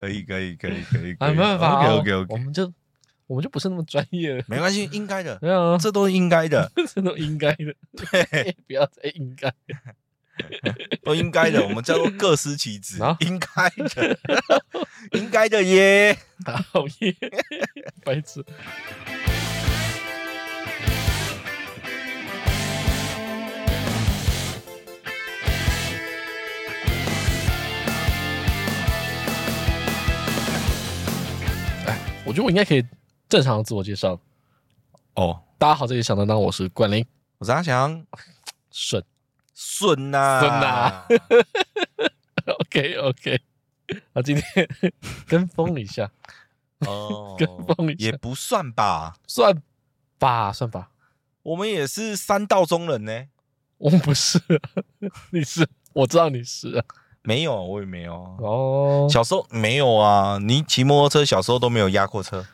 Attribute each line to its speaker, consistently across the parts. Speaker 1: 可以可以可以可以，
Speaker 2: 啊，嗯没办法、哦、
Speaker 1: OK OK
Speaker 2: 我
Speaker 1: OK，
Speaker 2: 们就我们就不是那么专业了，
Speaker 1: 没关系，应该的，
Speaker 2: 没有啊，
Speaker 1: 这都应该的，
Speaker 2: 这都应该的，
Speaker 1: 对，
Speaker 2: 不要再应该。
Speaker 1: 都应该的，我们叫做各司其职
Speaker 2: 啊，
Speaker 1: 应该的， 应该的耶。
Speaker 2: 讨厌， 白痴。哎，我觉得我应该可以正常的自我介绍。
Speaker 1: 哦，
Speaker 2: 大家好，这里是响当当，我是冠霖
Speaker 1: 我是阿翔，
Speaker 2: 顺。
Speaker 1: 顺啊呐，
Speaker 2: 顺啊呐 OK OK，啊，今 天跟风一下，
Speaker 1: 哦
Speaker 2: 跟风一
Speaker 1: 也
Speaker 2: 下，
Speaker 1: 不算吧，
Speaker 2: 算吧，算吧。
Speaker 1: 我们也是三道中人呢。
Speaker 2: 我不是，啊你是，我知道你是啊。
Speaker 1: 没有，我也没有。
Speaker 2: 哦，
Speaker 1: 小时候没有啊，你骑摩托车小时候都没有压过车，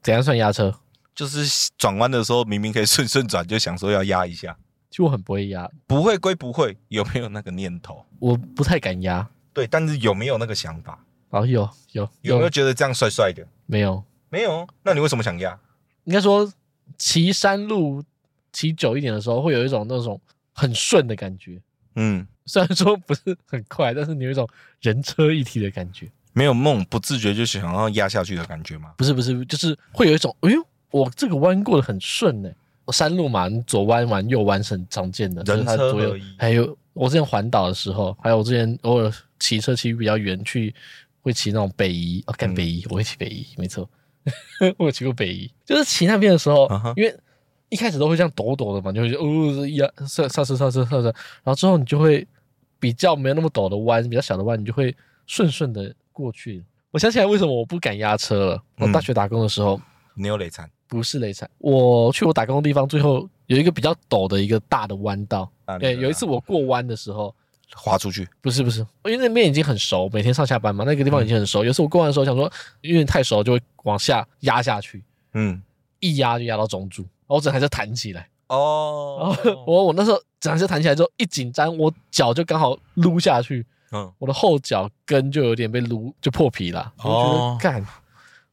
Speaker 2: 怎样算压车？
Speaker 1: 就是转弯的时候明明可以顺顺转，就想说要压一下，
Speaker 2: 其实我很不会压，
Speaker 1: 不会归不会，有没有那个念头？
Speaker 2: 我不太敢压。
Speaker 1: 对，但是有没有那个想法？
Speaker 2: 然后有有
Speaker 1: 有没有觉得这样帅帅的？
Speaker 2: 没有？
Speaker 1: 没有，啊那你为什么想压？
Speaker 2: 应该说骑山路骑久一点的时候，会有一种那种很顺的感觉。
Speaker 1: 嗯，
Speaker 2: 虽然说不是很快，但是你有一种人车一体的感觉。
Speaker 1: 没有梦，不自觉就想要压下去的感觉吗？
Speaker 2: 不是不是，就是会有一种，哎呦，我这个弯过得很顺呢、山路嘛，你左弯完右弯是很常见的，
Speaker 1: 人
Speaker 2: 就是它
Speaker 1: 车
Speaker 2: 左
Speaker 1: 合
Speaker 2: 右
Speaker 1: 一。
Speaker 2: 还有我之前环岛的时候，还有我之前偶尔骑车骑比较远去，会骑那种北移，哦，干
Speaker 1: 嗯
Speaker 2: 北移，我会骑北移，没错， 我有骑过北移，就是骑那边的时候
Speaker 1: 啊哈
Speaker 2: 因为一开始都会这样抖抖的嘛，你就会觉得哦呀，上上车上车上车，然后之后你就会比较没有那么陡的弯，比较小的弯，你就会顺顺的过去。我想起来为什么我不敢压车了。我
Speaker 1: 嗯
Speaker 2: 大学打工的时候、
Speaker 1: 你有累残
Speaker 2: 不是雷惨，我去我打工的地方，最后有一个比较陡的一个大的弯道。
Speaker 1: 啊？
Speaker 2: 对，
Speaker 1: 你啊
Speaker 2: 有一次我过弯的时候，
Speaker 1: 滑出去，
Speaker 2: 不是不是，因为那边已经很熟，每天上下班嘛，那个地方已经很
Speaker 1: 嗯
Speaker 2: 熟。有一次我过弯的时候，想说因为太熟，就会往下压下去，
Speaker 1: 嗯，一
Speaker 2: 一压就压到中柱，然后我整台车弹起来。然
Speaker 1: 哦
Speaker 2: 后，我我那时候整台车弹起来之后，一紧张，我脚就刚好撸下去，
Speaker 1: 嗯，
Speaker 2: 我的后脚跟就有点被撸，就破皮了。我就觉
Speaker 1: 哦
Speaker 2: 得干，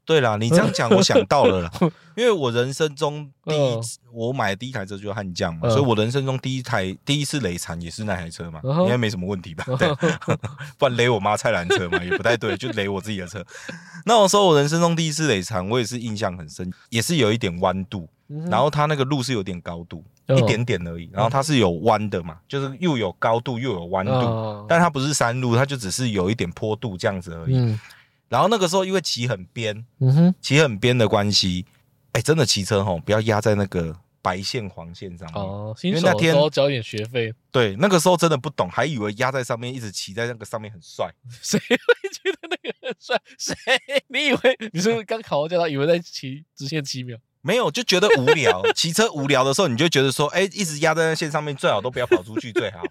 Speaker 1: 对啦，你这样讲我想到了 啦，因为我人生中第一
Speaker 2: 嗯
Speaker 1: 次我买的第一台车就是悍将嘛，
Speaker 2: 嗯
Speaker 1: 所以我人生中第一台第一次累残也是那台车嘛，
Speaker 2: 嗯哼
Speaker 1: 应该没什么问题吧？对， 不然雷我妈菜篮车嘛也不太对，就雷我自己的车。那我说我人生中第一次累残，我也是印象很深，也是有一点弯度，
Speaker 2: 然
Speaker 1: 然后它那个路是有点高度，
Speaker 2: 嗯
Speaker 1: 一点点而已，然后它是有弯的嘛，就是又有高度又有弯度，
Speaker 2: 嗯
Speaker 1: 但它不是山路，它就只是有一点坡度这样子而已。
Speaker 2: 嗯
Speaker 1: 然后那个时候因为骑很边，
Speaker 2: 嗯哼，
Speaker 1: 骑很边的关系，哎，真的骑车吼，不要压在那个白线黄线上面。
Speaker 2: 哦，新
Speaker 1: 为
Speaker 2: 手
Speaker 1: 那天
Speaker 2: 都交点学费，
Speaker 1: 对，那个时候真的不懂，还以为压在上面，一直骑在那个上面很帅。
Speaker 2: 谁会觉得那个很帅？谁？你以为你是不是刚考完驾照，以为在骑直线七秒？
Speaker 1: 没有，就觉得无聊。骑车无聊的时候，你就觉得说，哎、一直压在那线上面，最好都不要跑出去最 好。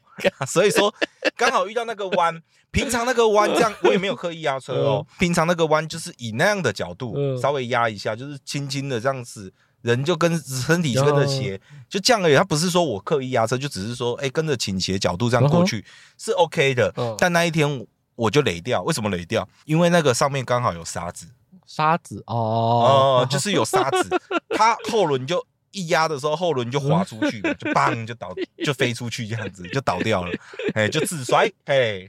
Speaker 1: 所以说，刚好遇到那个弯，平常那个弯这样，我也没有刻意压车哦。平常那个弯就是以那样的角度、
Speaker 2: 嗯
Speaker 1: 稍微压一下，就是轻轻的这样子，人就跟身体就跟着
Speaker 2: 哦
Speaker 1: 斜，就这样而已。他不是说我刻意压车，就只是说，哎、跟着倾斜角度这样过去、是 OK 的。
Speaker 2: 嗯
Speaker 1: 但那一天我就累掉，为什么累掉？因为那个上面刚好有沙子。
Speaker 2: 沙子哦
Speaker 1: 哦，就是有沙子，它后轮就一压的时候，后轮就滑出去嘛， 就砰就倒，就飞出去这样子，就倒掉了，哎，就自摔，哎，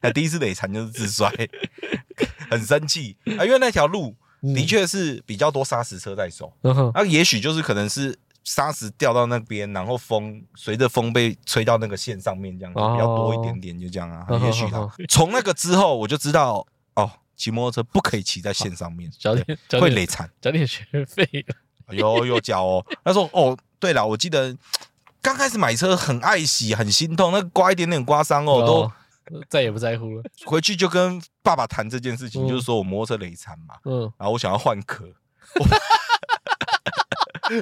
Speaker 1: 哎第一次累残就是自摔，很生气啊，因为那条路
Speaker 2: 嗯
Speaker 1: 的，确是比较多砂石车在走，
Speaker 2: 嗯 嗯哼
Speaker 1: 那也许就是可能是。砂石掉到那边，然后风随着风被吹到那个线上面，这样子比较多一点点，就这样啊。
Speaker 2: 哦
Speaker 1: 也许啊，
Speaker 2: 哦
Speaker 1: 从那个之后我就知道，哦，骑摩托车不可以骑在线上面，
Speaker 2: 交
Speaker 1: 对
Speaker 2: 点交
Speaker 1: 会
Speaker 2: 点
Speaker 1: 累残。
Speaker 2: 交点学费，
Speaker 1: 有有脚哦。那时候哦，对了，我记得刚开始买车很爱惜，很心痛，那刮一点点刮伤哦，都
Speaker 2: 都再也不在乎了。
Speaker 1: 回去就跟爸爸谈这件事情，
Speaker 2: 嗯
Speaker 1: 就是说我摩托车累残嘛，
Speaker 2: 嗯，
Speaker 1: 然后我想要换壳。 我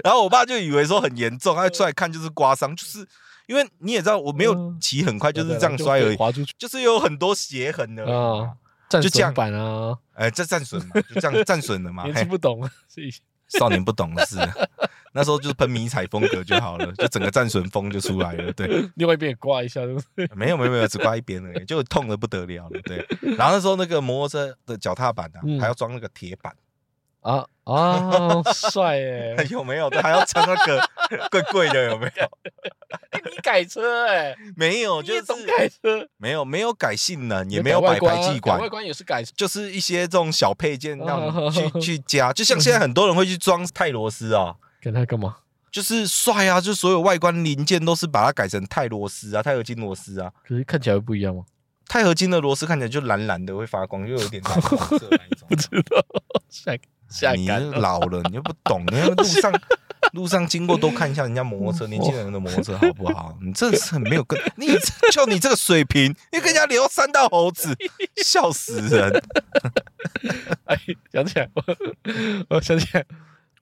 Speaker 1: 然后我爸就以为说很严重，他出来看就是刮伤，就是因为你也知道我没有
Speaker 2: 嗯
Speaker 1: 骑很快， 就是这样摔而已，
Speaker 2: 滑出去
Speaker 1: 就是有很多血痕的
Speaker 2: 啊，战
Speaker 1: 就这样
Speaker 2: 损版啊，
Speaker 1: 哎，这战损嘛，就这样战损了嘛，
Speaker 2: 年
Speaker 1: 嘿
Speaker 2: 纪不懂啊，所以
Speaker 1: 少年不懂事， 那时候就是喷迷彩风格就好了，就整个战损风就出来了。对，
Speaker 2: 另外一边也挂一下，对不对？
Speaker 1: 没有没有没有，只刮一边而已，就痛的不得了了。对，然后那时候那个摩托车的脚踏板啊，
Speaker 2: 嗯
Speaker 1: 还要装那个铁板，
Speaker 2: 啊啊，帅哎、
Speaker 1: 有没有？对，还要穿那个 贵贵的，有没有？
Speaker 2: 你改车哎、
Speaker 1: 没有，
Speaker 2: 我
Speaker 1: 哦就是
Speaker 2: 懂改车，
Speaker 1: 没有没有改性能，也
Speaker 2: 改
Speaker 1: 没有摆
Speaker 2: 外观
Speaker 1: 排
Speaker 2: 啊
Speaker 1: 气
Speaker 2: 改
Speaker 1: 管
Speaker 2: 外，观哦也是改车。
Speaker 1: 就是一些这种小配件让你去去加，就像
Speaker 2: 嗯
Speaker 1: 现在很多人会去装泰螺丝啊。
Speaker 2: 给他干嘛？
Speaker 1: 就是帅啊！就所有外观零件都是把它改成钛螺丝啊、钛合金螺丝啊。
Speaker 2: 可是看起来会不一样 吗？。
Speaker 1: 钛合金的螺丝看起来就蓝蓝的，会发光，又有点蓝黄色那一种
Speaker 2: 知道，下下
Speaker 1: 你
Speaker 2: 杆
Speaker 1: 是老了，你就不懂。你路上 路上经过多看一下人家摩托车，年轻人的摩托车好不好？你真的是很没有跟 你就你这个水平，你跟人家聊三道猴 子，笑死人！
Speaker 2: 哎，想起来， 我我想起来，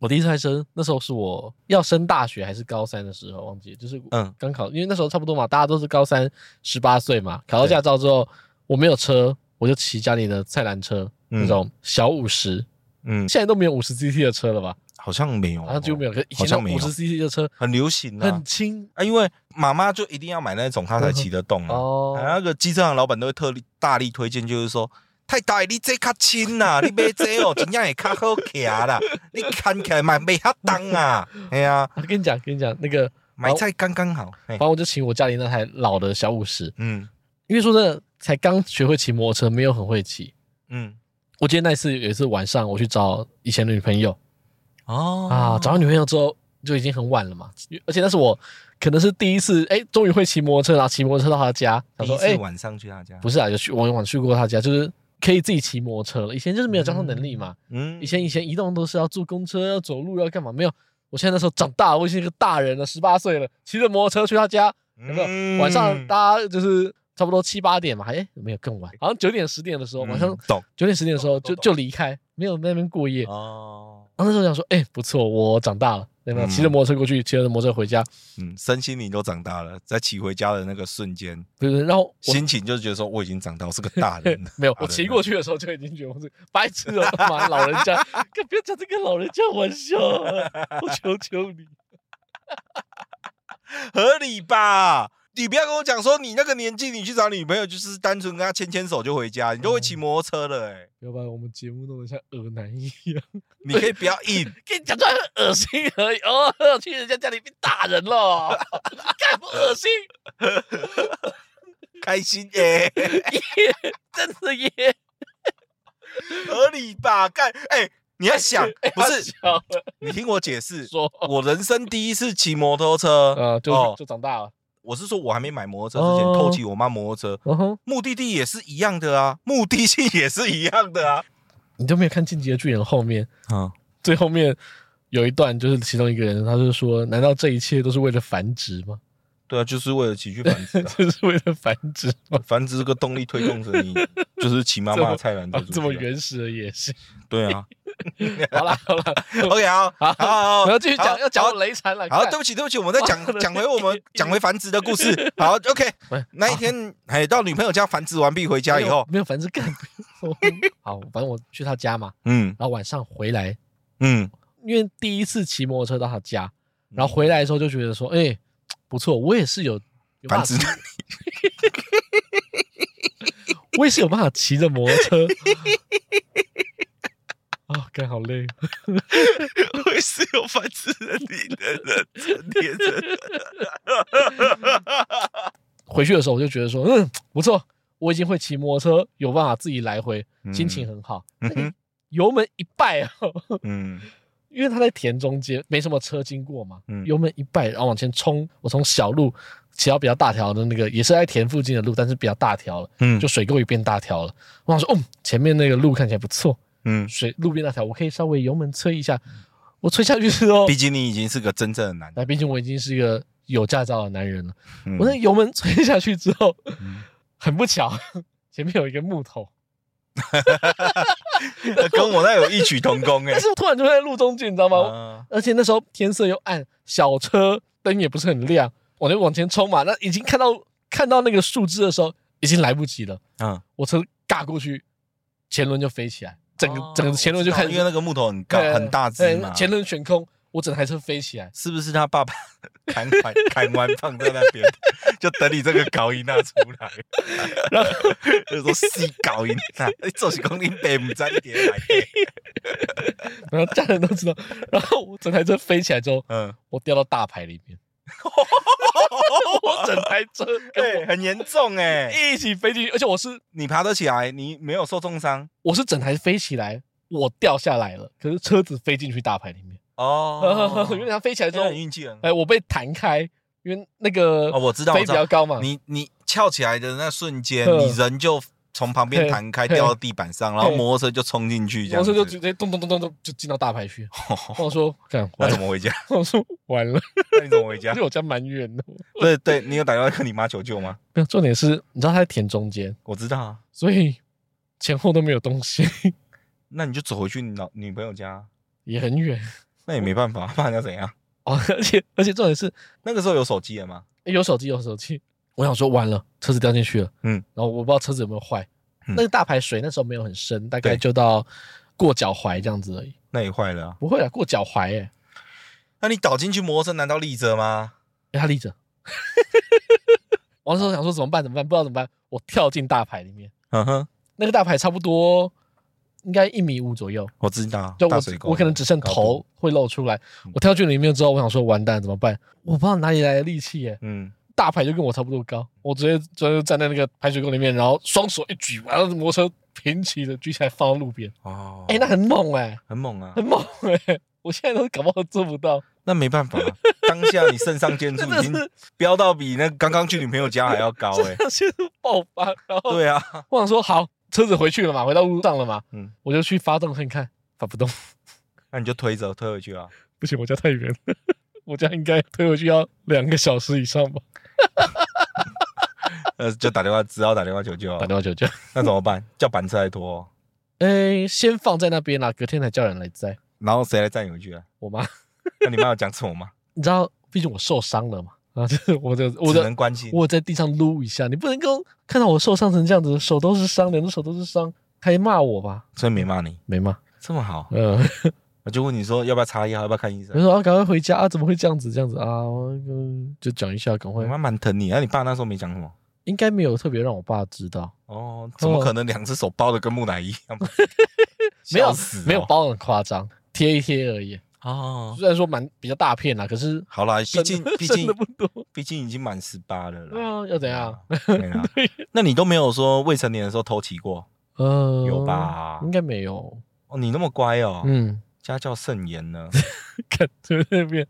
Speaker 2: 我第一次开车，那时候是我要升大学还是高三的时候，忘记了，就是
Speaker 1: 嗯
Speaker 2: 刚考，因为那时候差不多嘛，大家都是高三十八岁嘛，考到驾照之后，我没有车，我就骑家里的菜篮车、
Speaker 1: 嗯
Speaker 2: 那种小五十，
Speaker 1: 嗯，
Speaker 2: 现在都没有五十 CC 的车了吧？
Speaker 1: 好像没有，
Speaker 2: 好像就没有，可是以
Speaker 1: 哦好
Speaker 2: 前
Speaker 1: 像
Speaker 2: 那
Speaker 1: 没有
Speaker 2: 五十 CC 的车
Speaker 1: 很流行啊
Speaker 2: 很。轻
Speaker 1: 啊，因为妈妈就一定要买那种，她才骑得动啊。
Speaker 2: 哦，
Speaker 1: 啊，那个机车行老板都会特力大力推荐，就是说，太太你这较轻啦，你买这哦，真正会较好骑啦，你看起来嘛袂遐重啊，哎呀、
Speaker 2: 我跟你讲，跟你讲，那个
Speaker 1: 买菜刚刚好，嘿
Speaker 2: 反正我就骑我家里那台老的小五十，
Speaker 1: 嗯
Speaker 2: 因为说真的，才刚学会骑摩托车，没有很会骑。
Speaker 1: 嗯，
Speaker 2: 我记得那一次有一次晚上，我去找以前的女朋友
Speaker 1: 哦
Speaker 2: 啊，找到女朋友之后就已经很晚了嘛，而且那是我可能是第一次，哎，终于会骑摩托车，然后骑摩托车到她家，她
Speaker 1: 第
Speaker 2: 说，
Speaker 1: 一次
Speaker 2: 哎，
Speaker 1: 晚上去他家，
Speaker 2: 不是啊，有去我有晚去过她家，就是可以自己骑摩托车了。以前就是没有交通能力嘛，
Speaker 1: 嗯
Speaker 2: 以前以前移动都是要坐公车、要走路、要干嘛，没有。我现在那时候长大了，我已经是个大人了，十八岁了，骑着摩托车去她家，有没有？
Speaker 1: 嗯
Speaker 2: 晚上大家就是差不多七八点嘛，哎、有没有更晚，好像九点十点的时候，晚上
Speaker 1: 嗯懂
Speaker 2: 九点十点的时候
Speaker 1: 懂
Speaker 2: 就
Speaker 1: 懂
Speaker 2: 就离开，没有在那边过夜。然
Speaker 1: 哦，
Speaker 2: 后那时候想说，哎、不错，我长大了，对吧？
Speaker 1: 嗯
Speaker 2: 骑着摩托车过去，骑着摩托车回家，
Speaker 1: 嗯，身心灵都长大了，在骑回家的那个瞬间，
Speaker 2: 对对。然后我，
Speaker 1: 心情就觉得说我已经长大，我是个大人了
Speaker 2: 没有，
Speaker 1: 好
Speaker 2: 我
Speaker 1: 的
Speaker 2: 骑过去的时候就已经觉得我是白痴了，妈老人家， 干不要讲这个老人家玩笑啊！我求求你，
Speaker 1: 合理吧？你不要跟我讲说你那个年纪，你去找女朋友就是单纯跟她牵牵手就回家，你就会骑摩托车了、欸。哎，
Speaker 2: 要不然我们节目弄得像恶男一样，
Speaker 1: 你可以不要硬，
Speaker 2: 跟你讲出来很恶心而已。哦，去人家家里变大人了， 干不恶心？
Speaker 1: 开心欸耶、
Speaker 2: 耶，真的耶！
Speaker 1: 合理吧？干，哎、你要 想，不
Speaker 2: 他
Speaker 1: 是，
Speaker 2: 笑了
Speaker 1: 你听我解 释，
Speaker 2: 说，
Speaker 1: 我人生第一次骑摩托车，
Speaker 2: 呃，就
Speaker 1: 哦
Speaker 2: 就长大了。
Speaker 1: 我是说我还没买摩托车之前，
Speaker 2: 哦
Speaker 1: 偷骑我妈摩托车，
Speaker 2: 嗯哼，
Speaker 1: 目的地也是一样的啊， 目的性也是一样的啊。
Speaker 2: 你都没有看《进击的巨人》后面，
Speaker 1: 嗯，
Speaker 2: 最后面有一段就是其中一个人，他就说：“难道这一切都是为了繁殖吗？。
Speaker 1: 对啊，就是为了骑去繁殖、啊
Speaker 2: 就是为了繁殖吗
Speaker 1: 繁殖这个动力推动着 你，就是骑妈妈的菜篮？”子
Speaker 2: 啊
Speaker 1: 出去啊、
Speaker 2: 这么原始的野 心。
Speaker 1: 对啊。
Speaker 2: 好啦 好啦，
Speaker 1: OK，好，
Speaker 2: 好
Speaker 1: 好，好，
Speaker 2: 我要继续
Speaker 1: 好
Speaker 2: 讲，要讲
Speaker 1: 好
Speaker 2: 雷禅了。
Speaker 1: 好，
Speaker 2: 干
Speaker 1: 对不起，对不起，我们再讲讲回我们讲回繁殖的故事。好，OK，
Speaker 2: 喂
Speaker 1: 那一天，哎，到女朋友家繁殖完毕回家以后，
Speaker 2: 没有没有繁殖干。 好，反正我去他家嘛，
Speaker 1: 嗯
Speaker 2: 然后晚上回来，
Speaker 1: 嗯，
Speaker 2: 因为第一次骑摩托车到他家，然后回来的时候就觉得说，哎、不错，我也是有有办
Speaker 1: 繁
Speaker 2: 法
Speaker 1: 殖，
Speaker 2: 我也是有办法骑着摩托车。 啊、干好累，
Speaker 1: 我也是有繁殖能力的人，成年人。
Speaker 2: 回去的时候我就觉得说，嗯，不错，我已经会骑摩托车，有办法自己来回，心情很好。
Speaker 1: 嗯哼，
Speaker 2: 油门一拜 哦，
Speaker 1: 嗯
Speaker 2: 因为他在田中间，没什么车经过嘛，
Speaker 1: 嗯
Speaker 2: 油门一拜，然后往前冲。我从小路骑到比较大条的那个，也是在田附近的路，但是比较大条了，
Speaker 1: 嗯
Speaker 2: 就水沟也变大条了。我想说，哦，前面那个路看起来不错，
Speaker 1: 嗯，
Speaker 2: 水路边那条，我可以稍微油门吹一下。我吹下去之后
Speaker 1: 毕，竟你已经是个真正的男人。
Speaker 2: 那毕竟我已经是一个有驾照的男人了。
Speaker 1: 嗯
Speaker 2: 我那油门吹下去之后，
Speaker 1: 嗯
Speaker 2: 很不巧，前面有一个木头，
Speaker 1: 跟我那有异曲同工哎
Speaker 2: 但。是我突然就在路中间，你知道吗？
Speaker 1: 啊
Speaker 2: 而且那时候天色又暗，小车灯也不是很亮，我就往前冲嘛。那已经看到看到那个树枝的时候，已经来不及了，
Speaker 1: 嗯，
Speaker 2: 我车尬过去，前轮就飞起来，整个、
Speaker 1: 哦
Speaker 2: 整个前轮就开
Speaker 1: 我
Speaker 2: 始
Speaker 1: 知道因为那个木头很高
Speaker 2: 对
Speaker 1: 很大只
Speaker 2: 对
Speaker 1: 嘛，
Speaker 2: 前轮悬空，我整台车飞起 来。
Speaker 1: 是不是他爸爸砍完砍完放在那边，就等你这个高音娜出来，
Speaker 2: 然后
Speaker 1: 就说是高音娜，你就是讲你爸唔知一点来的，
Speaker 2: 然后家人都知道，然后我整台车飞起来之后，
Speaker 1: 嗯，
Speaker 2: 我掉到大牌里面， 我整台车
Speaker 1: 对，
Speaker 2: 跟
Speaker 1: 很严重哎、
Speaker 2: 我一起飞进去，而且我是
Speaker 1: 你爬得起来，你没有受重伤
Speaker 2: 我是整台飞起来，我掉下来了，可是车子飞进去大牌里面，
Speaker 1: 哦
Speaker 2: ，因为它飞起来之
Speaker 1: 真
Speaker 2: 后
Speaker 1: 的，很运气很好
Speaker 2: 哎，我被弹开，因为那个
Speaker 1: 哦我知道
Speaker 2: 飞
Speaker 1: 我
Speaker 2: 比
Speaker 1: 知道
Speaker 2: 较高嘛，
Speaker 1: 你你翘起来的哦那瞬间，
Speaker 2: 嗯
Speaker 1: 你人就从旁边
Speaker 2: 嘿
Speaker 1: 弹开，
Speaker 2: 嘿
Speaker 1: 掉到地板上，然后
Speaker 2: 嘿
Speaker 1: 摩托车就冲进去，这样
Speaker 2: 我车
Speaker 1: 子。哦
Speaker 2: 就直接咚咚咚咚咚就进到大牌去，我说干
Speaker 1: 那
Speaker 2: 完
Speaker 1: 怎
Speaker 2: 了，
Speaker 1: 么回家？
Speaker 2: 我说 完了，
Speaker 1: 那你怎么回家
Speaker 2: 而且？我家蛮远的，
Speaker 1: 对对，你有打电话跟你妈求救吗？
Speaker 2: 没有重点是，你知道它在田中间，
Speaker 1: 我知道啊，
Speaker 2: 所以前后都没有东西，
Speaker 1: 那你就走回去你老女朋友家啊，
Speaker 2: 也很远。
Speaker 1: 那也没办法， 不然要怎样？
Speaker 2: 哦，而且而且重点是
Speaker 1: 那个时候有手机了吗？
Speaker 2: 有手机有手机，我想说完了，车子掉进去了，
Speaker 1: 嗯
Speaker 2: 然后我不知道车子有没有坏，
Speaker 1: 嗯
Speaker 2: 那个大排水那时候没有很深，大概
Speaker 1: 对
Speaker 2: 就到过脚踝这样子而已，
Speaker 1: 那也坏了啊。
Speaker 2: 不会啊，过脚踝哎、欸，
Speaker 1: 那你倒进去摩托车难道立着吗？
Speaker 2: 哎它立着， 我那时候想说怎么办怎么办，不知道怎么办，我跳进大排里面，
Speaker 1: 嗯哼，
Speaker 2: 那个大排差不多应该一米五左右，
Speaker 1: 我知道
Speaker 2: 就，
Speaker 1: 大
Speaker 2: 我
Speaker 1: 水沟
Speaker 2: 我可能只剩
Speaker 1: 高度嗯
Speaker 2: 头，会露出来，我跳进里面之后，我想说完蛋怎么办，我不知道哪里来的力气耶、欸
Speaker 1: 嗯，
Speaker 2: 大排就跟我差不多高，我直接直接站在那个排水沟里面，然后双手一举，然后摩托车平齐的举起来放到路边。
Speaker 1: 哦，
Speaker 2: 哎、那很猛哎、
Speaker 1: 很猛啊
Speaker 2: 很，猛哎、我现在都搞不好做不 到，
Speaker 1: 那没办 法啊，当下你肾上腺素
Speaker 2: 真的
Speaker 1: 已经
Speaker 2: 是
Speaker 1: 飙到比那刚刚去女朋友家还要 高哎、
Speaker 2: 真的是爆发。然后
Speaker 1: 对啊，
Speaker 2: 我想说，好，车子回去了嘛，回到路上了嘛，
Speaker 1: 嗯，
Speaker 2: 我就去发动看看，发不动，
Speaker 1: 那你就推着推回去啊。
Speaker 2: 不行，我家太远 了，我家应该推回去要两个小时以上吧，
Speaker 1: 呃，就打电话，只好打电话求救啊
Speaker 2: 打。电话求救。
Speaker 1: 那怎么办？叫板车来拖哦、
Speaker 2: 哎、先放在那边啦，隔天才叫人来载。
Speaker 1: 然后谁来载你回去啊？
Speaker 2: 我妈，
Speaker 1: 那你妈有讲什么吗？
Speaker 2: 你知道，毕竟我受伤了嘛，啊，就是我的我
Speaker 1: 只
Speaker 2: 的
Speaker 1: 能关心。
Speaker 2: 我有在地上撸一下，你不能够看到我受伤成这样子，手都是伤，两只手都是伤，还骂我吧？
Speaker 1: 所以没骂你，
Speaker 2: 没骂，
Speaker 1: 这么好，
Speaker 2: 嗯，
Speaker 1: 我就问你说要不要擦药，要不要看 医
Speaker 2: 我
Speaker 1: 生？
Speaker 2: 说啊，赶快回家啊，怎么会这样子这样子啊？我嗯就讲一下，赶
Speaker 1: 我
Speaker 2: 快，
Speaker 1: 妈蛮疼你，那、你爸那时候没讲什么？
Speaker 2: 应该没有特别让我爸知道，
Speaker 1: 哦，怎么可能两只手包的跟木乃伊一样？
Speaker 2: 没有
Speaker 1: 笑死哦
Speaker 2: 没有包得很夸张，贴一贴而已。
Speaker 1: 哦。
Speaker 2: 虽然说蛮比较大片啦，可是
Speaker 1: 好啦，
Speaker 2: 深
Speaker 1: 毕竟
Speaker 2: 的
Speaker 1: 毕
Speaker 2: 深的
Speaker 1: 竟
Speaker 2: 不多，
Speaker 1: 毕竟已经满十八了
Speaker 2: 对
Speaker 1: 啦。
Speaker 2: 啊，要怎样？
Speaker 1: 对 啊？对啊那你都没有说未成年的时候偷骑过？嗯
Speaker 2: 呃，
Speaker 1: 有吧
Speaker 2: 应该没有，
Speaker 1: 哦，你那么乖哦，
Speaker 2: 嗯，
Speaker 1: 家教甚严呢。
Speaker 2: 看对那边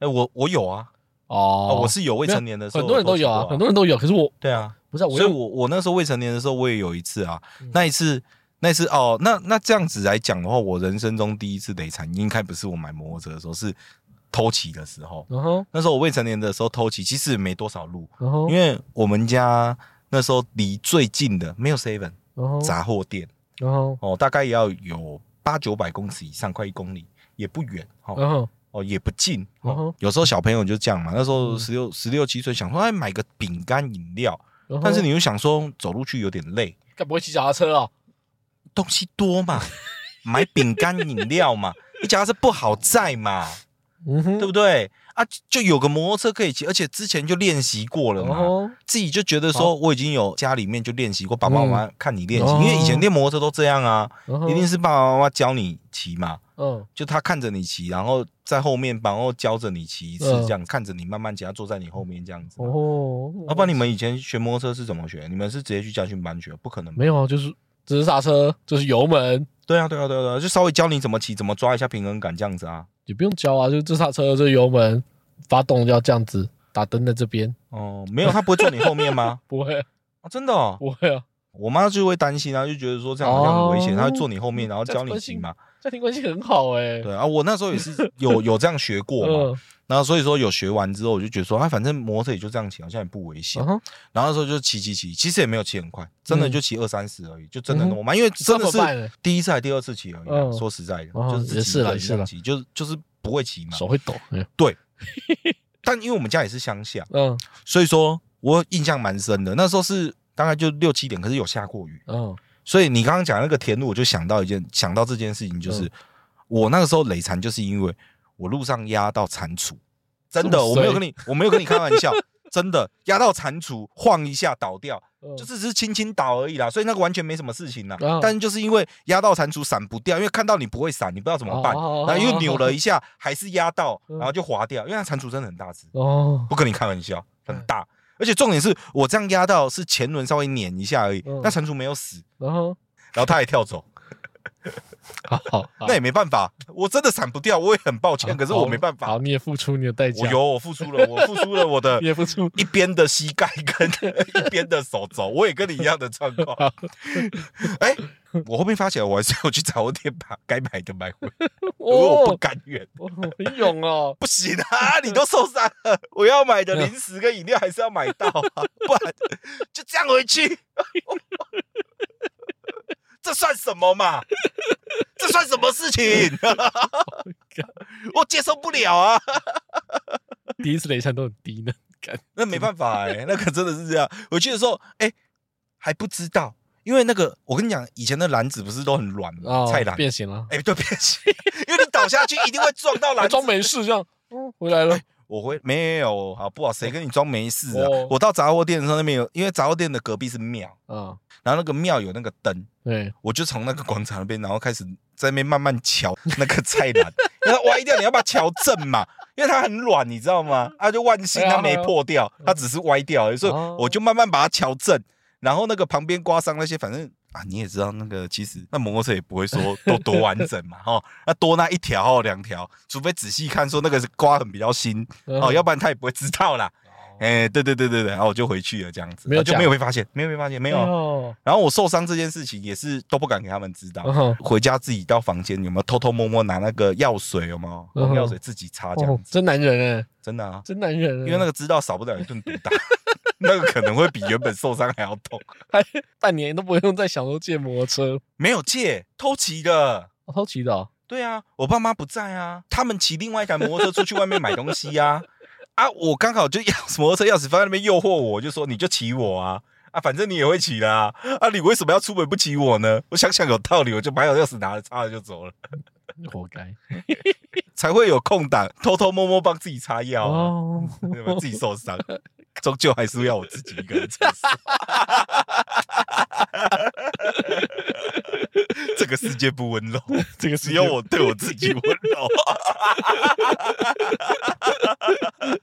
Speaker 1: 哎，我我有啊，哦，
Speaker 2: 哦，
Speaker 1: 我是有未
Speaker 2: 没有
Speaker 1: 成年的时候，
Speaker 2: 很多人都有啊，很多人都有，可是我
Speaker 1: 对啊，
Speaker 2: 不是啊，我
Speaker 1: 所以
Speaker 2: 又
Speaker 1: 我我那时候未成年的时候，我也有一次啊，
Speaker 2: 嗯
Speaker 1: 那一次那一次哦，那那这样子来讲的话，我人生中第一次累惨，应该不是我买摩托车的时候，是偷骑的时候。
Speaker 2: 然后
Speaker 1: 那时候我未成年的时候偷骑，其实也没多少路，
Speaker 2: 然后
Speaker 1: 因为我们家那时候离最近的没有 seven
Speaker 2: 然后
Speaker 1: 杂货店
Speaker 2: 然后
Speaker 1: 哦，大概也要有八九百公尺以上，快一公里，也不远哦。
Speaker 2: 然后
Speaker 1: 哦，也不近、
Speaker 2: 嗯哼
Speaker 1: 哦。有时候小朋友就这样嘛，那时候
Speaker 2: 嗯
Speaker 1: 十六十六七岁，想说哎买个饼干饮料，
Speaker 2: 然后
Speaker 1: 但是你又想说走路去有点累，
Speaker 2: 该不会骑脚踏车哦？
Speaker 1: 东西多 嘛，买饼干饮料嘛，你脚踏车不好载嘛，
Speaker 2: 嗯哼
Speaker 1: 对不对？啊，就有个摩托车可以骑，而且之前就练习过了嘛，
Speaker 2: 哦，
Speaker 1: 自己就觉得说我已经有家里面就练习过，爸爸妈妈看你练习，
Speaker 2: 哦
Speaker 1: 因为以前练摩托车都这样啊，
Speaker 2: 然后
Speaker 1: 一定是爸爸妈妈教你骑嘛。
Speaker 2: 哦嗯
Speaker 1: 就他看着你骑，然后在后面，然后教着你骑一次，
Speaker 2: 嗯
Speaker 1: 这样、看着你慢慢骑，他坐在你后面这样子。哦，
Speaker 2: 哦，
Speaker 1: 要、不然你们以前学摩托车是怎么学？你们是直接去家训班学？不可能吧。
Speaker 2: 没有啊，就是只是刹车，就是油门，
Speaker 1: 对啊，对啊，对啊，对啊，就稍微教你怎么骑，怎么抓一下平衡感这样子啊。
Speaker 2: 也不用教啊，就是这刹车，这油门，发动要这样子，打灯在这边，？
Speaker 1: 哦，没有，他不会坐你后面吗
Speaker 2: 不会
Speaker 1: 啊，真的哦，
Speaker 2: 不会啊，
Speaker 1: 我妈就会担心啊，就觉得说这样好像很危险，
Speaker 2: 哦
Speaker 1: 她会坐你后面，然后
Speaker 2: 这
Speaker 1: 教
Speaker 2: 样
Speaker 1: 你骑嘛。
Speaker 2: 家庭关系很好哎，
Speaker 1: 对啊，我那时候也是有有这样学过嘛，
Speaker 2: 嗯，
Speaker 1: 然后所以说有学完之后，我就觉得说，啊，反正摩托车也就这样骑，好像也不危险
Speaker 2: 然。后
Speaker 1: 然后那时候就骑骑骑，其实也没有骑很快，真的
Speaker 2: 嗯
Speaker 1: 就骑二三十而已，就真的
Speaker 2: 嗯哼
Speaker 1: 那么慢，因为真的
Speaker 2: 怎么办
Speaker 1: 是
Speaker 2: 呢
Speaker 1: 第一次还第二次骑而已啊。
Speaker 2: 嗯
Speaker 1: 说实在的，
Speaker 2: 哦
Speaker 1: 就是自己
Speaker 2: 也是
Speaker 1: 一个
Speaker 2: 啦
Speaker 1: 人
Speaker 2: 也是
Speaker 1: 这
Speaker 2: 啦
Speaker 1: 样骑就是就是不会骑嘛。
Speaker 2: 手会抖，嗯
Speaker 1: 但因为我们家也是乡下，
Speaker 2: 嗯
Speaker 1: 所以说我印象蛮深的。那时候是大概就六七点，可是有下过雨，
Speaker 2: 嗯
Speaker 1: 所以你刚刚
Speaker 2: 嗯
Speaker 1: 讲那个田路，我就想到一件，想到这件事情，就是我那个时候累残，就是因为我路上压到蟾蜍，真的，
Speaker 2: 这么
Speaker 1: 我没有
Speaker 2: 衰
Speaker 1: 跟你，我没有跟你开玩 笑，真的压到蟾蜍晃一下倒掉，
Speaker 2: 嗯
Speaker 1: 就是只是轻轻倒而已啦，所以那个完全没什么事情啦
Speaker 2: 啊。
Speaker 1: 但是就是因为压到蟾蜍闪不掉，因为看到你不会闪，你不知道怎么办，
Speaker 2: 哦
Speaker 1: 然后又扭了一下，还是压到，
Speaker 2: 嗯
Speaker 1: 然后就滑掉，因为那蟾蜍真的很大只，
Speaker 2: 哦，
Speaker 1: 不跟你开玩笑，
Speaker 2: 嗯
Speaker 1: 很大。而且重点是我这样压到是前轮稍微碾一下而已
Speaker 2: 嗯，
Speaker 1: 那蟾蜍没有死，
Speaker 2: 然后
Speaker 1: 然后它还跳走，
Speaker 2: 好好，
Speaker 1: 那也没办法，我真的闪不掉，我也很抱歉，可是我没办
Speaker 2: 好，
Speaker 1: 法
Speaker 2: 好，你也付出你的代价，
Speaker 1: 我有我付出了，我付出了我的
Speaker 2: 你也付出，
Speaker 1: 一边的膝盖跟 一边的手肘，我也跟你一样的状况。哎、我后面发现我还是要去找店把该买的买回来，因为我不
Speaker 2: 哦，
Speaker 1: 甘愿，
Speaker 2: 我很勇哦，
Speaker 1: 不行啊！你都受伤了，我要买的零食跟饮料还是要买到啊，不然就这样回去， 这算什么嘛？这算什么事情？ 我接受不了啊！
Speaker 2: 第一次雷餐都很低呢，
Speaker 1: 那没办法哎、那个真的是这样。我去的时候，哎、还不知道，因为那个我跟你讲，以前的篮子不是都很软吗？
Speaker 2: 哦
Speaker 1: 菜篮，
Speaker 2: 变形了，
Speaker 1: 哎、对，变形，因为你倒下去一定会撞到篮
Speaker 2: 还
Speaker 1: 子。
Speaker 2: 装没事这样，嗯，回来了，
Speaker 1: 我会没有好不好？谁跟你装没事啊？
Speaker 2: 哦
Speaker 1: 我到杂货店的时候，那边有，因为杂货店的隔壁是庙，
Speaker 2: 啊，
Speaker 1: 然后那个庙有那个灯，
Speaker 2: 对，
Speaker 1: 我就从那个广场那边，然后开始在那边慢慢 敲那个菜篮，因为它歪掉，你要把它敲正嘛，因为它很软，你知道吗？啊，就万幸
Speaker 2: 哎呀
Speaker 1: 它没破掉，它只是歪掉而已，所以
Speaker 2: 哦
Speaker 1: 我就慢慢把它敲正，然后那个旁边刮伤那些，反正。啊，你也知道那个，其实那摩托车也不会 说都多完整嘛，哈、那多那一条哦两条，除非仔细看说那个是刮痕比较新
Speaker 2: 哎
Speaker 1: 哦，要不然他也不会知道啦。哎、对对对对对，然后我就回去了这样子，
Speaker 2: 哦没有
Speaker 1: 啊就
Speaker 2: 讲
Speaker 1: 没有被发现，没有被发现，没
Speaker 2: 没
Speaker 1: 有啊。
Speaker 2: 有，
Speaker 1: 然后我受伤这件事情也是都不敢给他们知道，
Speaker 2: 嗯哼
Speaker 1: 回家自己到房间有没有偷偷摸摸拿那个药水有没有
Speaker 2: 嗯哼
Speaker 1: 红药水自己擦这
Speaker 2: 哦
Speaker 1: 样，子，
Speaker 2: 真男人哎，
Speaker 1: 真的啊，
Speaker 2: 真男人哎，
Speaker 1: 因为那个知道少不了一顿毒打， 那个可能会比原本受伤还要痛。
Speaker 2: 还半年都不用再想说借摩托车，
Speaker 1: 没有借，偷骑的。
Speaker 2: 我好奇的哦，
Speaker 1: 对啊，我爸妈不在啊，他们骑另外一台摩托车出去外面买东西呀、啊。啊，我刚 好就钥匙摩托车钥匙放在那边诱惑我，就说你就骑我啊。啊，反正你也会骑啦、啊！你为什么要出门不骑我呢？我想想有道理，我就把钥匙拿了，擦了就走了。
Speaker 2: 活该
Speaker 1: 才会有空档偷偷摸摸帮自己擦药、啊，
Speaker 2: 哦，
Speaker 1: 对吧？自己受伤，终究还是要我自己一个人承受。 这个世界不温柔，
Speaker 2: 这个
Speaker 1: 只
Speaker 2: 是
Speaker 1: 有我对我自己温柔。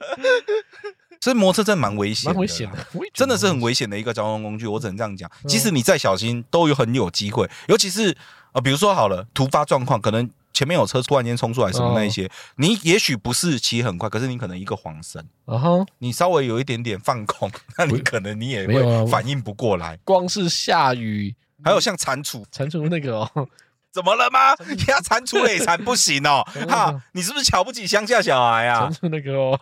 Speaker 1: 所以摩托车真的蛮危险，
Speaker 2: 蛮危险的。，我也觉
Speaker 1: 真的
Speaker 2: 得
Speaker 1: 是很危险的一个交通工具，我只能这样讲。
Speaker 2: 嗯
Speaker 1: 即使你再小心，都有很有机会。尤其是呃，比如说好了，突发状况，可能前面有车突然间冲出来什么那一
Speaker 2: 哦
Speaker 1: 些，你也许不是骑很快，可是你可能一个晃神，
Speaker 2: 啊哈，
Speaker 1: 你稍微有一点点放空，那你可能你也
Speaker 2: 没有啊
Speaker 1: 会
Speaker 2: 我
Speaker 1: 反应不过来。
Speaker 2: 光是下雨
Speaker 1: 还有像蟾蜍，
Speaker 2: 蟾蜍那个哦，
Speaker 1: 怎么了 吗？压蟾蜍累残不行哦
Speaker 2: 怎么，了
Speaker 1: 哈，你是不是瞧不起乡下小孩啊
Speaker 2: 蟾？蜍那个哦，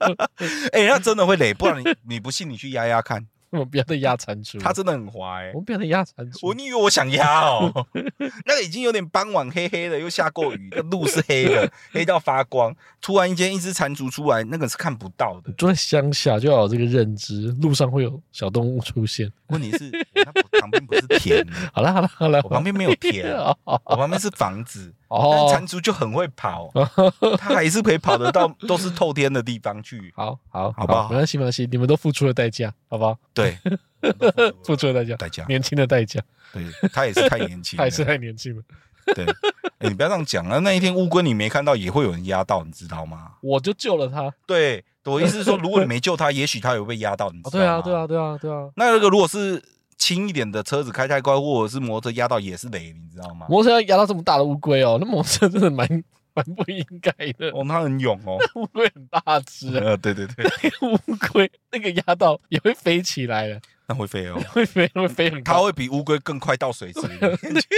Speaker 1: 哎，那真的会累，不然你你不信你去压压 看，
Speaker 2: 我们不要再压蟾蜍，
Speaker 1: 它真的很滑哎
Speaker 2: 嗯我。们不要再压蟾蜍，
Speaker 1: 我你以为我想压 哦？那个已经有点傍晚黑黑的，又下过雨，那路是黑 的，黑到发光。突然间一只蟾蜍出来，那个是看不到 的。
Speaker 2: 住在乡下就要有这个认知，路上会有小动物出现。
Speaker 1: 问题是，我那旁边不是田，
Speaker 2: 好了好了好了，
Speaker 1: 我旁边没有田，
Speaker 2: 哦
Speaker 1: 我旁边是房子。但
Speaker 2: 哦
Speaker 1: 蟾蜍就很会 跑，它还是可以跑得到，都是透天的地方去。
Speaker 2: 好好
Speaker 1: 好不好
Speaker 2: 没关系没关系，你们都付出了代价，好不好？
Speaker 1: 对，啊
Speaker 2: 付出了代价，
Speaker 1: 代价，
Speaker 2: 年轻的代价，
Speaker 1: 对，它也是太年轻了，
Speaker 2: 他也是太年轻了。
Speaker 1: 对。哎你不要这样讲啊！那一天乌龟你没看到，也会有人压到，你知道吗？
Speaker 2: 我就救了
Speaker 1: 哦
Speaker 2: 他。
Speaker 1: 对，我意思是说，如果你没救它，也许它有被压到，你知道
Speaker 2: 哦，
Speaker 1: 吗？
Speaker 2: 对啊，对啊，对啊，对啊。
Speaker 1: 那那个如果是轻一点的车子开太快，或者是摩托车压到也是雷，你知道吗？
Speaker 2: 摩托车要压到这么大的乌龟哦，那摩托车真的蛮蛮不应该的。
Speaker 1: 哦，他很勇哦。
Speaker 2: 乌龟很大 只啊，
Speaker 1: 呃，对对对，
Speaker 2: 乌龟那个压到也会飞起来的，
Speaker 1: 那会飞哦。
Speaker 2: 会飞会飞很
Speaker 1: 它
Speaker 2: 高。
Speaker 1: 会比乌龟更快到水池里。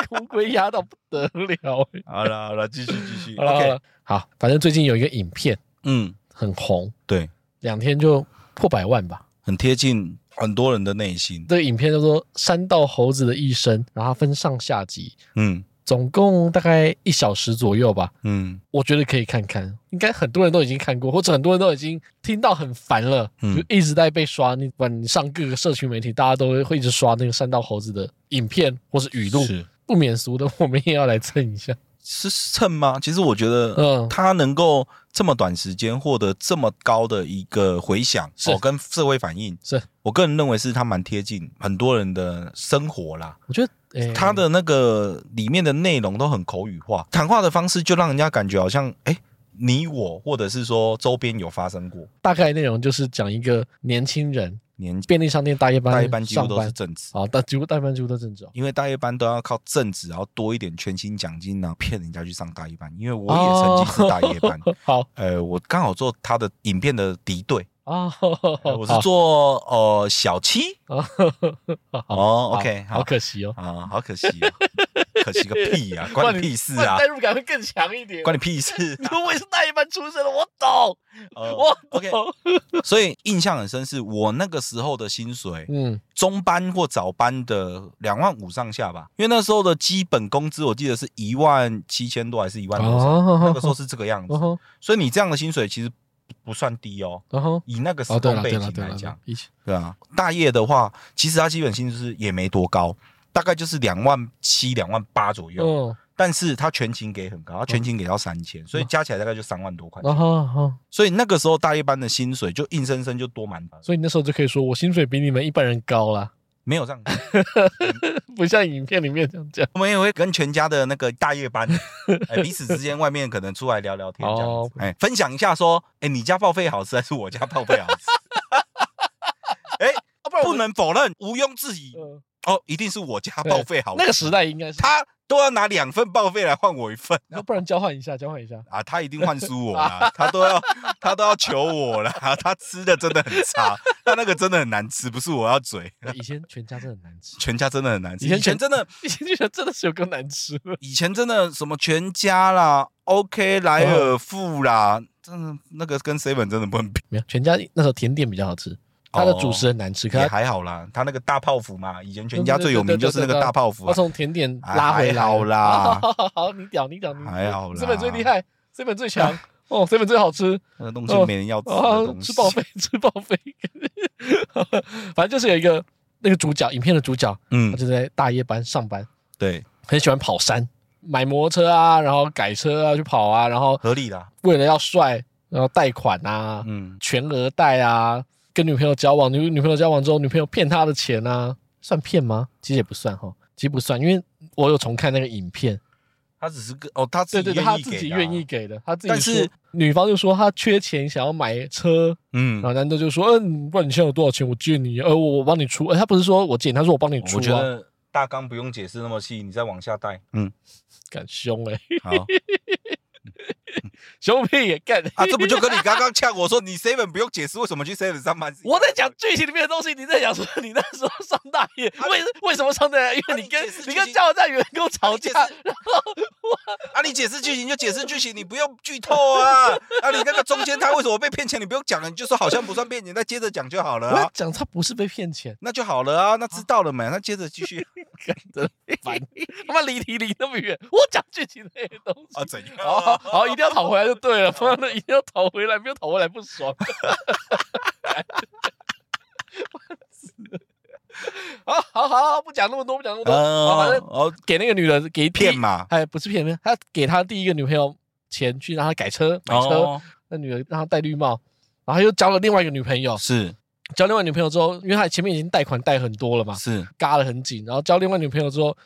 Speaker 2: 那个乌龟压到不得了、欸。
Speaker 1: 好了好了，继续继续。
Speaker 2: 好了
Speaker 1: OK，
Speaker 2: 好了，好，反正最近有一个影片
Speaker 1: 嗯，
Speaker 2: 很红，
Speaker 1: 对，
Speaker 2: 两天就破百万吧。
Speaker 1: 很贴近很多人的内心。
Speaker 2: 这个影片叫做《山道猴子的一生》，然后它分上下集，
Speaker 1: 嗯
Speaker 2: 总共大概一小时左右吧。
Speaker 1: 嗯
Speaker 2: 我觉得可以看看，应该很多人都已经看过，或者很多人都已经听到很烦了，
Speaker 1: 嗯
Speaker 2: 就一直在被刷。你不管你上各个社群媒体，大家都会一直刷那个山道猴子的影片或是语录，
Speaker 1: 是
Speaker 2: 不免俗的，我们也要来蹭一下。
Speaker 1: 是蹭吗？其实我觉得
Speaker 2: 嗯，
Speaker 1: 他能够这么短时间获得这么高的一个回响，
Speaker 2: 是
Speaker 1: 哦，跟社会反应，
Speaker 2: 是
Speaker 1: 我个人认为是他蛮贴近很多人的生活啦。
Speaker 2: 我觉得、诶
Speaker 1: 他的那个里面的内容都很口语化，谈话的方式就让人家感觉好像哎、诶你我或者是说周边有发生过，
Speaker 2: 大概内容就是讲一个年轻人，
Speaker 1: 年
Speaker 2: 便利商店大夜班
Speaker 1: 大夜班几乎
Speaker 2: 上
Speaker 1: 都是
Speaker 2: 班，
Speaker 1: 正职，
Speaker 2: 啊，大几乎大夜班几乎都正职哦。
Speaker 1: 因为大夜班都要靠正职，然后多一点全勤奖金，然后骗人家去上大夜班。因为我也曾经是大夜班，
Speaker 2: 哦 好
Speaker 1: 呃，我刚好做他的影片的敌对，
Speaker 2: 啊，
Speaker 1: 呃我是做呃小七
Speaker 2: 啊，
Speaker 1: 哦，OK，
Speaker 2: 好
Speaker 1: 好
Speaker 2: 可惜哦，
Speaker 1: 啊，好可惜啊， 可惜个屁呀，关你屁事啊
Speaker 2: 代，入感会更强一点。
Speaker 1: 关你屁事啊。
Speaker 2: 我也是大夜班出身的，我懂，
Speaker 1: 呃
Speaker 2: 我
Speaker 1: OK，
Speaker 2: 懂。
Speaker 1: 所以印象很深，是我那个时候的薪水，
Speaker 2: 嗯，
Speaker 1: 中班或早班的两万五上下吧，因为那时候的基本工资我记得是一万七千多还是一万多少，
Speaker 2: 哦
Speaker 1: 那个时候是这个样子
Speaker 2: 然。后
Speaker 1: 所以你这样的薪水其实不不算低哦，
Speaker 2: 然后
Speaker 1: 以那个时
Speaker 2: 哦，对
Speaker 1: 空
Speaker 2: 了
Speaker 1: 背
Speaker 2: 对
Speaker 1: 景
Speaker 2: 了对
Speaker 1: 来
Speaker 2: 了，对
Speaker 1: 讲
Speaker 2: 了，一起
Speaker 1: 对啊，大业的话，其实它基本薪资也没多高，大概就是两万七、两万八左右，
Speaker 2: 嗯，
Speaker 1: 但是它全勤给很高，它全勤给到三千，所以加起来大概就三万多块钱。
Speaker 2: 然后好，
Speaker 1: 所以那个时候大夜班的薪水就硬生生就多蛮多，
Speaker 2: 所以你那时候就可以说我薪水比你们一般人高啦，
Speaker 1: 没有这样子。
Speaker 2: 不像影片里面这样讲。
Speaker 1: 我们也会跟全家的那个大夜 班，哎，彼此之间外面可能出来聊聊天这样
Speaker 2: 哦
Speaker 1: 子，哎，分享一下说，哎，你家报废好吃还是我家报废好 吃？哎，
Speaker 2: 哦
Speaker 1: 不能否认，毋庸置疑，
Speaker 2: 嗯
Speaker 1: 哦，一定是我家报废好吃。
Speaker 2: 那个时代应该是，
Speaker 1: 他都要拿两份报废来换我一份
Speaker 2: 要不然交换一下，交换一下。
Speaker 1: 啊，他一定换输我啦，他都要他都要求我啦，他吃的真的很差，他那个真的很难吃，不是我要嘴，
Speaker 2: 以前全家真的很难吃，
Speaker 1: 全家真的很难吃，
Speaker 2: 以前
Speaker 1: 以前
Speaker 2: 全
Speaker 1: 真的
Speaker 2: 以前就觉得真的是有够难吃了。
Speaker 1: 以前真的什么全家啦、OK 莱
Speaker 2: 嗯
Speaker 1: 尔富啦，真的那个跟 seven 真的不能比，
Speaker 2: 没有，全家那时候甜点比较好吃，它的主食很难吃，可
Speaker 1: 哦也
Speaker 2: 它
Speaker 1: 还好啦。他那个大泡芙嘛，以前全家最有名就是那个大泡芙
Speaker 2: 它
Speaker 1: 啊。
Speaker 2: 从甜点
Speaker 1: 哎
Speaker 2: 拉
Speaker 1: 还
Speaker 2: 回来。啊
Speaker 1: 好啦，
Speaker 2: 好，你屌，你屌，你
Speaker 1: 还好啦
Speaker 2: 资本最厉害，资本 最强，哦，资本最好吃
Speaker 1: 那个东西没人要吃的
Speaker 2: 啊，
Speaker 1: 东西
Speaker 2: 吃。报废，吃报废。 反正就是有一个那个主角，影片的主角，他
Speaker 1: 嗯，
Speaker 2: 就在大夜班上班，
Speaker 1: 对，
Speaker 2: 很喜欢跑山，买摩托车啊，然后改车啊去跑啊，然后
Speaker 1: 合理啦。
Speaker 2: 为了要帅，然后贷款啊，
Speaker 1: 嗯，
Speaker 2: 全额贷啊，跟女朋友交往，女女朋友交往之后，女朋友骗他的钱啊，算骗吗？其实也不算哈，其实不算，因为我有重看那个影片，
Speaker 1: 他只是个哦，他自
Speaker 2: 对
Speaker 1: 己
Speaker 2: 对
Speaker 1: 愿
Speaker 2: 对，
Speaker 1: 意
Speaker 2: 他自己
Speaker 1: 给的啊
Speaker 2: 愿意。给的，他自己
Speaker 1: 但是
Speaker 2: 说女方就说她缺钱，想要买车，
Speaker 1: 嗯
Speaker 2: 然，后男的就说，嗯，不然你现在有多少钱，我借你，呃，我我帮你出，呃，他不是说我借你，他说我帮你出
Speaker 1: 我觉
Speaker 2: 啊，
Speaker 1: 得大纲不用解释那么细，你再往下带。嗯，
Speaker 2: 敢凶哎、
Speaker 1: 好
Speaker 2: 凶屁也干
Speaker 1: 啊，这不就跟你刚刚呛我说你 seven 不用解释为什么去 seven 上班是一样的？
Speaker 2: 我在讲剧情里面的东西，你在讲说你那时候上大夜，为为什么上大夜？因为你跟
Speaker 1: 啊啊你解释剧情
Speaker 2: 你跟加油站员工吵
Speaker 1: 啊你解
Speaker 2: 架
Speaker 1: 释，啊，你解释剧情就解释剧情，你不用剧透啊。啊，你那个中间他为什么被骗钱，你不用讲了，你就说好像不算骗钱，再接着讲就好了
Speaker 2: 我要
Speaker 1: 啊，
Speaker 2: 讲他不是被骗钱，
Speaker 1: 那就好了啊，那知道了没？那接着继续
Speaker 2: 真的烦，他妈离题离那么远，我讲剧情那些东西。
Speaker 1: 啊，怎样？
Speaker 2: 好 好好，一定要讨回来就对了，不然一定要讨回来，没有讨回来不爽。 好好好好，不讲那么多，不讲那么多。好反
Speaker 1: 呃，
Speaker 2: 正
Speaker 1: 哦，
Speaker 2: 给那个女的给
Speaker 1: 骗
Speaker 2: 嘛。
Speaker 1: 嘛，
Speaker 2: 哎，不是骗骗，他给他第一个女朋友钱去让他改车买车，
Speaker 1: 哦
Speaker 2: 那女的让他戴绿帽，然后又交了另外一个女朋友，
Speaker 1: 是
Speaker 2: 交另外一个女朋友之后，因为他前面已经贷款贷很多了嘛，
Speaker 1: 是
Speaker 2: 嘎得很紧，然后交另外一个女朋友之后，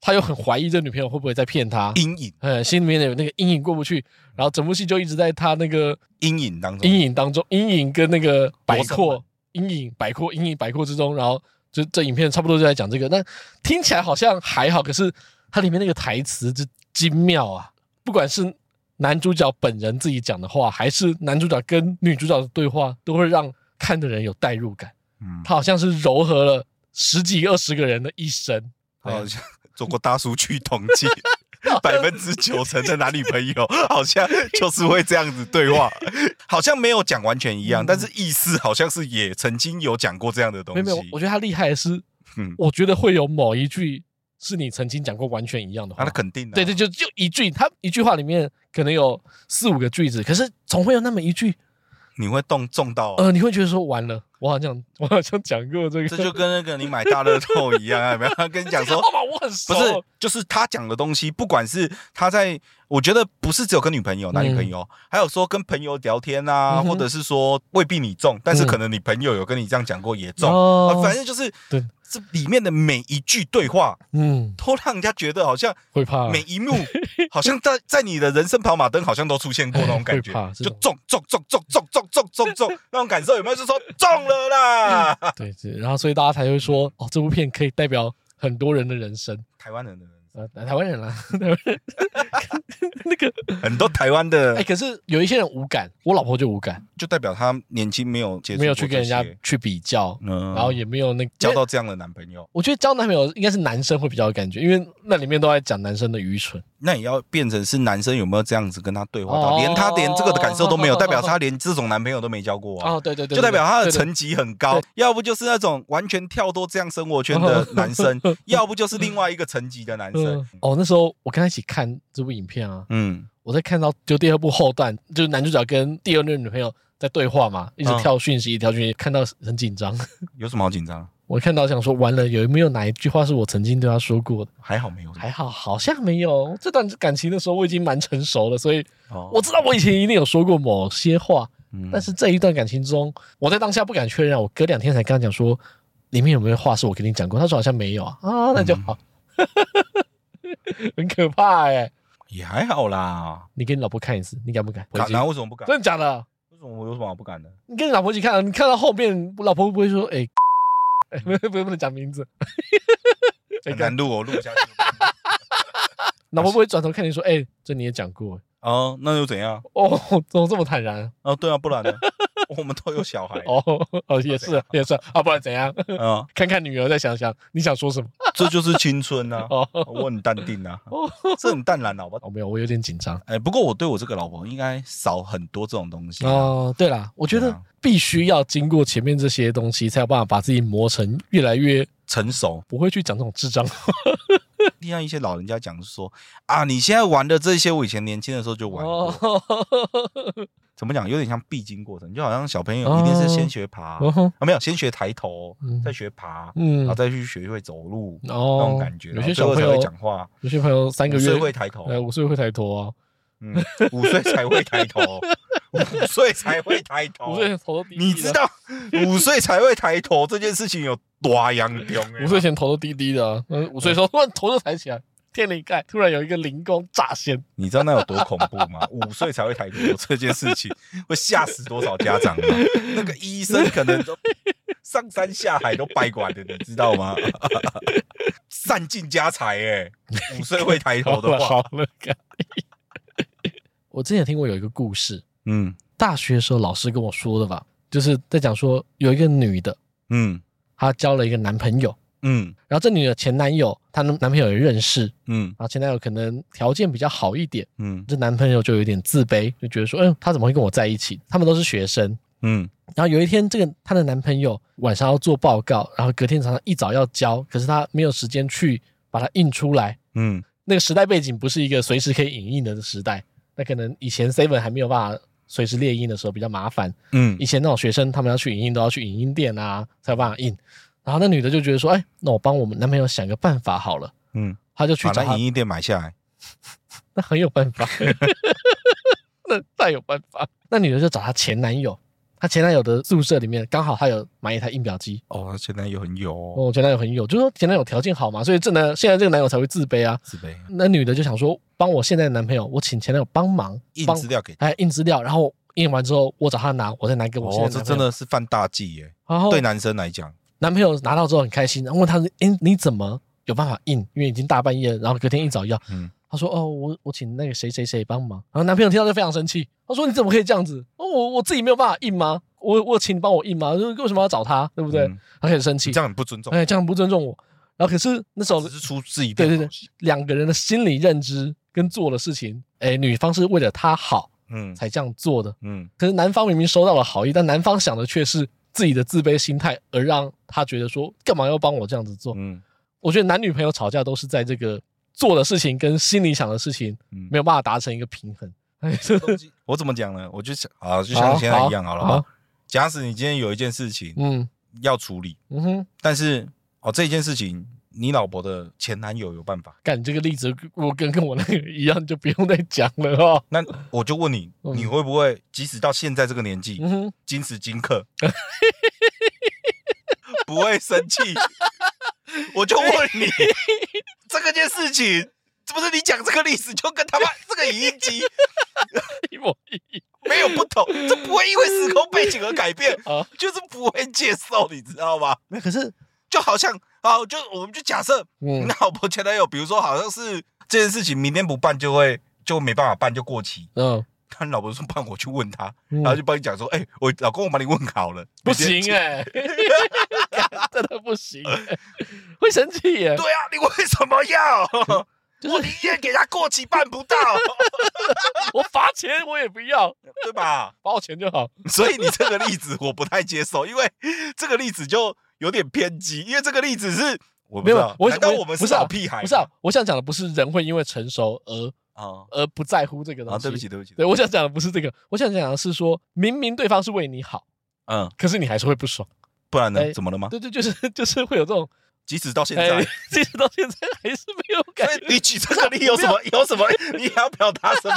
Speaker 2: 他又很怀疑这女朋友会不会在骗他，
Speaker 1: 阴影，
Speaker 2: 呃，心里面有那个阴影过不去，然后整部戏就一直在他那个
Speaker 1: 阴影当中，
Speaker 2: 阴影当中，阴影跟那个摆
Speaker 1: 罗生门
Speaker 2: 阔，阴影摆阔，阴影摆阔之中，然后就这影片差不多就在讲这个。那听起来好像还好，可是它里面那个台词之精妙啊，不管是男主角本人自己讲的话，还是男主角跟女主角的对话，都会让看的人有代入感。
Speaker 1: 嗯，
Speaker 2: 它好像是糅合了十几二十个人的一生。
Speaker 1: 好像 中国大数据统计。百分之九成的男女朋友 好像就是会这样子对话，好像没有讲完全一样，但是意思好像是也曾经有讲过这样的东
Speaker 2: 没
Speaker 1: 西。
Speaker 2: 有嗯没有，我觉得他厉害的是，
Speaker 1: 嗯
Speaker 2: 我觉得会有某一句是你曾经讲过完全一样的
Speaker 1: 啊，
Speaker 2: 话。
Speaker 1: 那肯定的、
Speaker 2: 对对，就就一句，他一句话里面可能有四五个句子，可是总会有那么一句
Speaker 1: 你会动重到、啊，
Speaker 2: 呃，你会觉得说完了，我好像我好像讲过 这个，
Speaker 1: 这就跟那个你买大乐透一样啊， 有没有？他跟你讲说
Speaker 2: 号码我很熟，
Speaker 1: 不是，就是他讲的东西，不管是他在，我觉得不是只有跟女朋友、男女朋友，还有说跟朋友聊天啊，
Speaker 2: 嗯哼
Speaker 1: 或者是说未必你中，但是
Speaker 2: 嗯
Speaker 1: 可能你朋友有跟你这样讲过也中，
Speaker 2: 哦
Speaker 1: 啊反正就是
Speaker 2: 对
Speaker 1: 这里面的每一句对话，
Speaker 2: 嗯，
Speaker 1: 都让人家觉得好像
Speaker 2: 会怕，
Speaker 1: 每一幕，好像在在你的人生跑马灯好像都出现过那种感觉
Speaker 2: 哎会怕，是
Speaker 1: 就
Speaker 2: 的
Speaker 1: 中中中中中中中中中那种感受有没有？就说中了啦，
Speaker 2: 对，是然后所以大家才会说，哦，这部片可以代表很多人的人生，
Speaker 1: 台湾人的人生。
Speaker 2: 呃，台 湾人啦，台湾人，那个，
Speaker 1: 很多台湾
Speaker 2: 哎、
Speaker 1: 的
Speaker 2: 可是有一些人无感，我老婆就无感，
Speaker 1: 就代表他年轻没有接触过
Speaker 2: 没有去跟人家
Speaker 1: 这些
Speaker 2: 去比较，
Speaker 1: 嗯
Speaker 2: 然后也没有那
Speaker 1: 交。
Speaker 2: 因为
Speaker 1: 到这样的男朋友，
Speaker 2: 我觉得交男朋友应该是男生会比较有感觉，因为那里面都在讲男生的愚蠢。
Speaker 1: 那也要变成是男生有没有这样子跟他对话
Speaker 2: 哦
Speaker 1: 到，连他连这个的感受都没有，
Speaker 2: 哦
Speaker 1: 代表他连这种男朋友都没交过啊。
Speaker 2: 哦，对对对，
Speaker 1: 就代表他的
Speaker 2: 成
Speaker 1: 层级很高，要不就是那种完全跳脱这样生活圈 的男生，要不
Speaker 2: 嗯
Speaker 1: 就是另外一个层级的男生。
Speaker 2: 哦，那时候我跟他一起看这部影片啊，
Speaker 1: 嗯，
Speaker 2: 我在看到就第二部后段，就是男主角跟第二任女朋友在对话嘛，一直
Speaker 1: 嗯
Speaker 2: 跳讯息，一直跳讯息，看到很紧 张。
Speaker 1: 有什么好紧张？
Speaker 2: 我看到想说，完了，有没有哪一句话是我曾经对他说过的？
Speaker 1: 还好没有。
Speaker 2: 还好，好像没有。这段感情的时候，我已经蛮成熟了，所以
Speaker 1: 哦
Speaker 2: 我知道我以前一定有说过某些话。
Speaker 1: 嗯
Speaker 2: 但是这一段感情中，我在当下不敢确认啊，我隔两天才跟他讲说，里面有没有话是我跟你讲过？他说好像没有啊，啊，那就
Speaker 1: 嗯
Speaker 2: 好， 很可怕哎、
Speaker 1: 也还好啦。
Speaker 2: 你跟你老婆看一次，你敢不敢？
Speaker 1: 敢啊？为什么不敢？
Speaker 2: 真的假的？
Speaker 1: 为什么我有什么好不敢 的？
Speaker 2: 你跟你老婆一起看啊，你看到后面，老婆会不会说，哎、 哎不不不能讲名字， 哎
Speaker 1: 很
Speaker 2: 干
Speaker 1: 难录哦，我录不下 去。
Speaker 2: 老婆不会转头看你说，哎、这你也讲过、
Speaker 1: 哦，那又怎样？
Speaker 2: 哦，怎么这么坦然？
Speaker 1: 哦，对啊，不然呢？ 我们都有小孩。
Speaker 2: 哦哦，也是也是啊，不然怎样？
Speaker 1: 啊，
Speaker 2: 看看女儿，再想想你想说什么。
Speaker 1: 这就是青春呐、啊。
Speaker 2: 哦
Speaker 1: 我很淡定啊，
Speaker 2: 哦，
Speaker 1: 这很淡然，好吧？
Speaker 2: 哦没有，我有点紧张。
Speaker 1: 哎，不过我对我这个老婆应该少很多这种东西、啊。
Speaker 2: 哦，对啦，我觉
Speaker 1: 对
Speaker 2: 得
Speaker 1: 啊
Speaker 2: 必须要经过前面这些东西，才有办法把自己磨成越来越
Speaker 1: 成熟，
Speaker 2: 不会去讲这种智障话。
Speaker 1: 听到一些老人家讲说啊，你现在玩的这些，我以前年轻的时候就玩过。
Speaker 2: 哦
Speaker 1: 怎么讲？有点像必经过程，就好像小朋友一定是先学爬，
Speaker 2: 哦吼
Speaker 1: 啊，没有先学抬头
Speaker 2: 嗯，
Speaker 1: 再学爬，然
Speaker 2: 嗯
Speaker 1: 后，再去学会走路。那种
Speaker 2: 哦
Speaker 1: 感觉，
Speaker 2: 有
Speaker 1: 然后
Speaker 2: 些
Speaker 1: 最
Speaker 2: 小
Speaker 1: 后
Speaker 2: 朋
Speaker 1: 才
Speaker 2: 友
Speaker 1: 会讲话，
Speaker 2: 有些朋友三个
Speaker 1: 五岁
Speaker 2: 月
Speaker 1: 会抬头，
Speaker 2: 呃，五岁会抬头啊，
Speaker 1: 嗯，五岁才会抬头，五岁才会抬头，
Speaker 2: 五岁头都低低的
Speaker 1: 哦你知道五岁才会抬头这件事情有多严重欸？
Speaker 2: 五岁前头都低低的啊，嗯，五岁的时候突然头就抬起来，天灵盖突然有一个灵光乍现，
Speaker 1: 你知道那有多恐怖吗？五岁才会抬头这件事情会吓死多少家长吗？那个医生可能都上山下海都掰过来的，你知道吗？ 散尽家财哎、五岁会抬头的
Speaker 2: 好
Speaker 1: 话，
Speaker 2: 了，干我之前听过有一个故事，
Speaker 1: 嗯
Speaker 2: 大学的时候老师跟我说的吧，就是在讲说有一个女的，
Speaker 1: 嗯
Speaker 2: 她交了一个男朋友，
Speaker 1: 嗯
Speaker 2: 然后这女的前男友，她男男朋友也认识，然
Speaker 1: 嗯
Speaker 2: 后前男友可能条件比较好一点，
Speaker 1: 嗯
Speaker 2: 这男朋友就有点自卑，就觉得说，嗯，她怎么会跟我在一起？他们都是学生。
Speaker 1: 嗯
Speaker 2: 然后有一天，这个她的男朋友晚上要做报告，然后隔天早上一早要交，可是她没有时间去把它印出来。
Speaker 1: 嗯
Speaker 2: 那个时代背景不是一个随时可以影印的时代，那可能以前 Seven 还没有办法随时列印的时候比较麻烦，
Speaker 1: 嗯
Speaker 2: 以前那种学生他们要去影印都要去影印店啊才有办法印。然后那女的就觉得说，哎，那我帮我们男朋友想个办法好了，
Speaker 1: 嗯，
Speaker 2: 她就去
Speaker 1: 把
Speaker 2: 找
Speaker 1: 那
Speaker 2: 他
Speaker 1: 影，印店买下来，
Speaker 2: 那很有办法， 那太有办法。那女的就找她前男友，她前男友的宿舍里面刚好他有买一台印表机，
Speaker 1: 哦，他前男友很有哦
Speaker 2: 我前男友很有，就说前男友条件好嘛，所以这男现在这个男友才会自卑啊。
Speaker 1: 自卑，
Speaker 2: 那女的就想说，帮我现在的男朋友，我请前男友帮忙
Speaker 1: 印
Speaker 2: 帮
Speaker 1: 资料给他。
Speaker 2: 哎印资料，然后印完之后我找他拿，我再拿哦给我现在
Speaker 1: 哦，
Speaker 2: 的
Speaker 1: 这
Speaker 2: 男
Speaker 1: 真
Speaker 2: 朋友。
Speaker 1: 的是犯大忌耶，
Speaker 2: 然后
Speaker 1: 对男生来讲，
Speaker 2: 男朋友拿到之后很开心，然后问他说：“哎、你怎么有办法印？因为已经大半夜了，然后隔天一早要。”
Speaker 1: 嗯
Speaker 2: 他说：“哦，我我请那个谁谁谁帮忙。”然后男朋友听到就非常生气，他说：“你怎么可以这样子？哦，我我自己没有办法印吗？我我请你帮我印吗？就是为什么要找他？对不对？”
Speaker 1: 嗯
Speaker 2: 他很生气
Speaker 1: 你这，样很不尊重，
Speaker 2: 哎，这样不尊重我。然后可是那时候
Speaker 1: 只是出自己
Speaker 2: 对对对，两个人的心理认知跟做的事情，哎，女方是为了他好
Speaker 1: 嗯
Speaker 2: 才这样做的，
Speaker 1: 嗯
Speaker 2: 可是男方明明收到了好意，但男方想的却是自己的自卑心态，而让他觉得说干嘛要帮我这样子做？
Speaker 1: 嗯
Speaker 2: 我觉得男女朋友吵架都是在这个做的事情跟心里想的事情
Speaker 1: 嗯
Speaker 2: 没有办法达成一个平衡。
Speaker 1: 这东西我怎么讲呢？我就想啊，就像
Speaker 2: 好
Speaker 1: 现在一样好了
Speaker 2: 好
Speaker 1: 哈。假使你今天有一件事情
Speaker 2: 嗯
Speaker 1: 要处理，
Speaker 2: 嗯哼，
Speaker 1: 但是哦这一件事情，你老婆的前男友有办法，
Speaker 2: 干你这个例子，我跟跟我那个一样，就不用再讲了 哦。
Speaker 1: 那我就问你，
Speaker 2: 嗯
Speaker 1: 你会不会即使到现在这个年纪，
Speaker 2: 嗯哼，
Speaker 1: 今时今刻不会生气？ 我就问 你，这个件事情。不是你讲这个历史就跟他妈这个影音机
Speaker 2: 一模一样
Speaker 1: 没有不同， 这不会因为时空背景而改变，
Speaker 2: 啊。
Speaker 1: 就是不会接受，你知道吗？
Speaker 2: 那可是，
Speaker 1: 就好像啊，就我们就假设你
Speaker 2: 嗯
Speaker 1: 老婆前男友，比如说好像是这件事情明天不办就会就没办法办就过期，
Speaker 2: 嗯，
Speaker 1: 他老婆说帮我去问他，
Speaker 2: 嗯
Speaker 1: 然后就帮你讲说，哎、我老公我帮你问好了，
Speaker 2: 不
Speaker 1: 明
Speaker 2: 行
Speaker 1: 天
Speaker 2: 哎、 干真的不行欸、会生气耶、
Speaker 1: 对啊，你为什么要？
Speaker 2: 就是
Speaker 1: 我宁愿给他过期办不 到，啊
Speaker 2: 我罚钱我也不要，
Speaker 1: 对吧？
Speaker 2: 罚我钱就好。
Speaker 1: 所以你这个例子我不太接受，因为这个例子就有点偏激，因为这个例子是我不知
Speaker 2: 没有
Speaker 1: 道，
Speaker 2: 我
Speaker 1: 难道
Speaker 2: 我
Speaker 1: 我们
Speaker 2: 不是啊
Speaker 1: 老屁孩吗？
Speaker 2: 不是啊，我想讲的不是人会因为成熟而
Speaker 1: 啊，
Speaker 2: 而不在乎这个东西。
Speaker 1: 啊，对不起，，对不起，
Speaker 2: 对我想讲的不是这个，我想讲的是说明明对方是为你好，
Speaker 1: 嗯，
Speaker 2: 可是你还是会不爽。
Speaker 1: 不然
Speaker 2: 哎
Speaker 1: 呢？怎么了吗？
Speaker 2: 对对，就是就是会有这种，
Speaker 1: 即使到啊 现
Speaker 2: 哎
Speaker 1: 在，，
Speaker 2: 即使到现在还是没有改
Speaker 1: 所以
Speaker 2: 变。
Speaker 1: 你举这
Speaker 2: 啊
Speaker 1: 个例有什么？有什么？你要表达什么？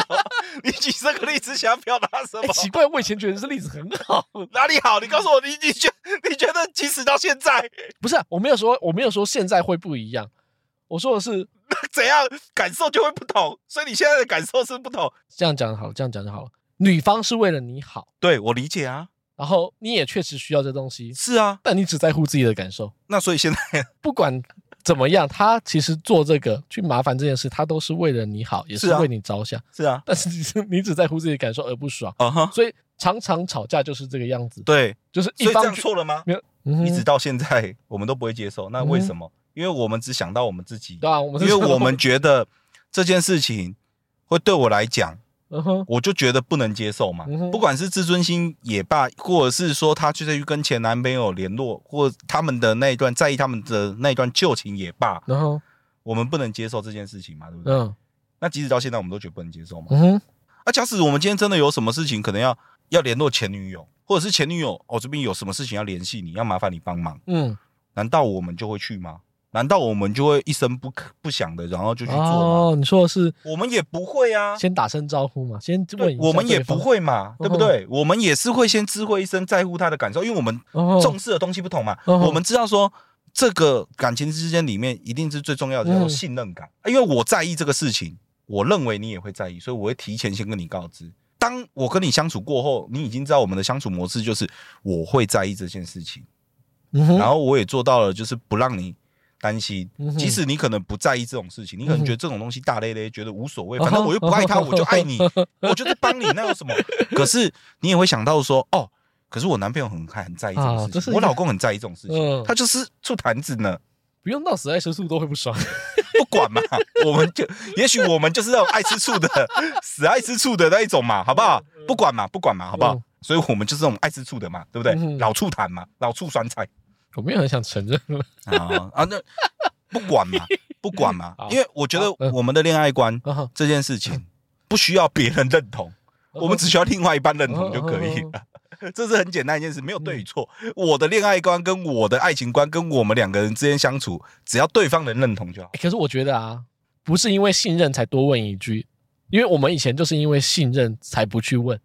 Speaker 1: 你举这个例子想要表达什
Speaker 2: 哎，
Speaker 1: 么？
Speaker 2: 奇怪，我以前觉得这例子很好，
Speaker 1: 哪里好？你告诉我，你你觉你觉得即使到现在
Speaker 2: 不是、啊，我没有说我没有说现在会不一样，我说的是
Speaker 1: 怎样感受就会不同，所以你现在的感受是不同。
Speaker 2: 这样讲好了，这样讲就好了。女方是为了你好，
Speaker 1: 对我理解啊，
Speaker 2: 然后你也确实需要这东西，
Speaker 1: 是啊，
Speaker 2: 但你只在乎自己的感受。
Speaker 1: 那所以现在
Speaker 2: 不管怎么样，他其实做这个去麻烦这件事，他都是为了你好，也是
Speaker 1: 是啊
Speaker 2: 为你着想。
Speaker 1: 是啊，
Speaker 2: 但是你是你只在乎自己的感受而不爽，
Speaker 1: 啊哈，
Speaker 2: 所以常常吵架就是这个样子，
Speaker 1: 对，
Speaker 2: 就是一
Speaker 1: 所以这
Speaker 2: 方
Speaker 1: 样
Speaker 2: 去
Speaker 1: 错了吗？
Speaker 2: 嗯哼
Speaker 1: 一直到现在我们都不会接受，那为什么？因为我们只想到我们自己，
Speaker 2: 对啊，我们
Speaker 1: 因
Speaker 2: 是
Speaker 1: 为嗯我们觉得这件事情会对我来讲。
Speaker 2: 嗯哼
Speaker 1: 我就觉得不能接受嘛
Speaker 2: 嗯哼。
Speaker 1: 不管是自尊心也罢，或者是说她就是去跟前男朋友联络，或他们的那一段在意他们的那一段旧情也罢，
Speaker 2: 然后
Speaker 1: 我们不能接受这件事情嘛，对不对？
Speaker 2: 嗯
Speaker 1: 那即使到现在，我们都觉得不能接受嘛。
Speaker 2: 嗯哼
Speaker 1: 啊，假使我们今天真的有什么事情，可能要要联络前女友，或者是前女友哦这边有什么事情要联系你，要麻烦你帮忙，
Speaker 2: 嗯
Speaker 1: 难道我们就会去吗？难道我们就会一声不可不响的，然后就去做吗？
Speaker 2: 哦，你说的是
Speaker 1: 我们也不会啊。
Speaker 2: 先打声招呼嘛，先问一下
Speaker 1: 我们也
Speaker 2: 对方
Speaker 1: 不，会嘛，对不对？我们也是会先知会一声，在乎他的感受，因为我们
Speaker 2: 哦
Speaker 1: 重视的东西不同嘛。
Speaker 2: 哦
Speaker 1: 我们知道说，这个感情之间里面一定是最重要的叫做
Speaker 2: 嗯
Speaker 1: 信任感，啊因为我在意这个事情，我认为你也会在意，所以我会提前先跟你告知。当我跟你相处过后，你已经知道我们的相处模式就是我会在意这件事情，
Speaker 2: 嗯哼
Speaker 1: 然后我也做到了，就是不让你担心
Speaker 2: 嗯哼。嗯
Speaker 1: 即使你可能不在意这种事情，你可能觉得这种东西大咧咧，觉得无所谓，反正我又不爱他，我就 爱你，我就是帮你，那有什么？可是你也会想到说，哦，可是我男朋友很很很在意这
Speaker 2: 啊
Speaker 1: 种
Speaker 2: 这
Speaker 1: 事
Speaker 2: 是
Speaker 1: 情，
Speaker 2: 一个
Speaker 1: 我老公很在意这种事
Speaker 2: 嗯
Speaker 1: 情，他就是醋坛子呢，
Speaker 2: 不用到死在吃醋都会不爽，
Speaker 1: 不管嘛，我们就也许我们就是那种爱吃醋的，死爱吃醋的那一种嘛，好不好？不管嘛，不管嘛，好不好
Speaker 2: 嗯？
Speaker 1: 所以我们就是那种爱吃醋的嘛，对不对
Speaker 2: 嗯？
Speaker 1: 老醋坛嘛，老醋酸菜。
Speaker 2: 我没有很想承认 嗯了，
Speaker 1: 啊啊，那不管 嘛，不管嘛
Speaker 2: 好，
Speaker 1: 因为我觉
Speaker 2: 好嗯
Speaker 1: 得我们的恋爱观
Speaker 2: 啊哈
Speaker 1: 这件事 情不需要别人认同，我们只需要另外一半认同就可以
Speaker 2: 嗯
Speaker 1: 了。 这是很简单一件事，没有对与错。我的恋爱观跟我的爱情观跟我们两个人之间相处，只要对方能认同 就好。
Speaker 2: 欸可是我觉得啊，不是因为信任才多问一句，因为我们以前就是因为信任才不去问。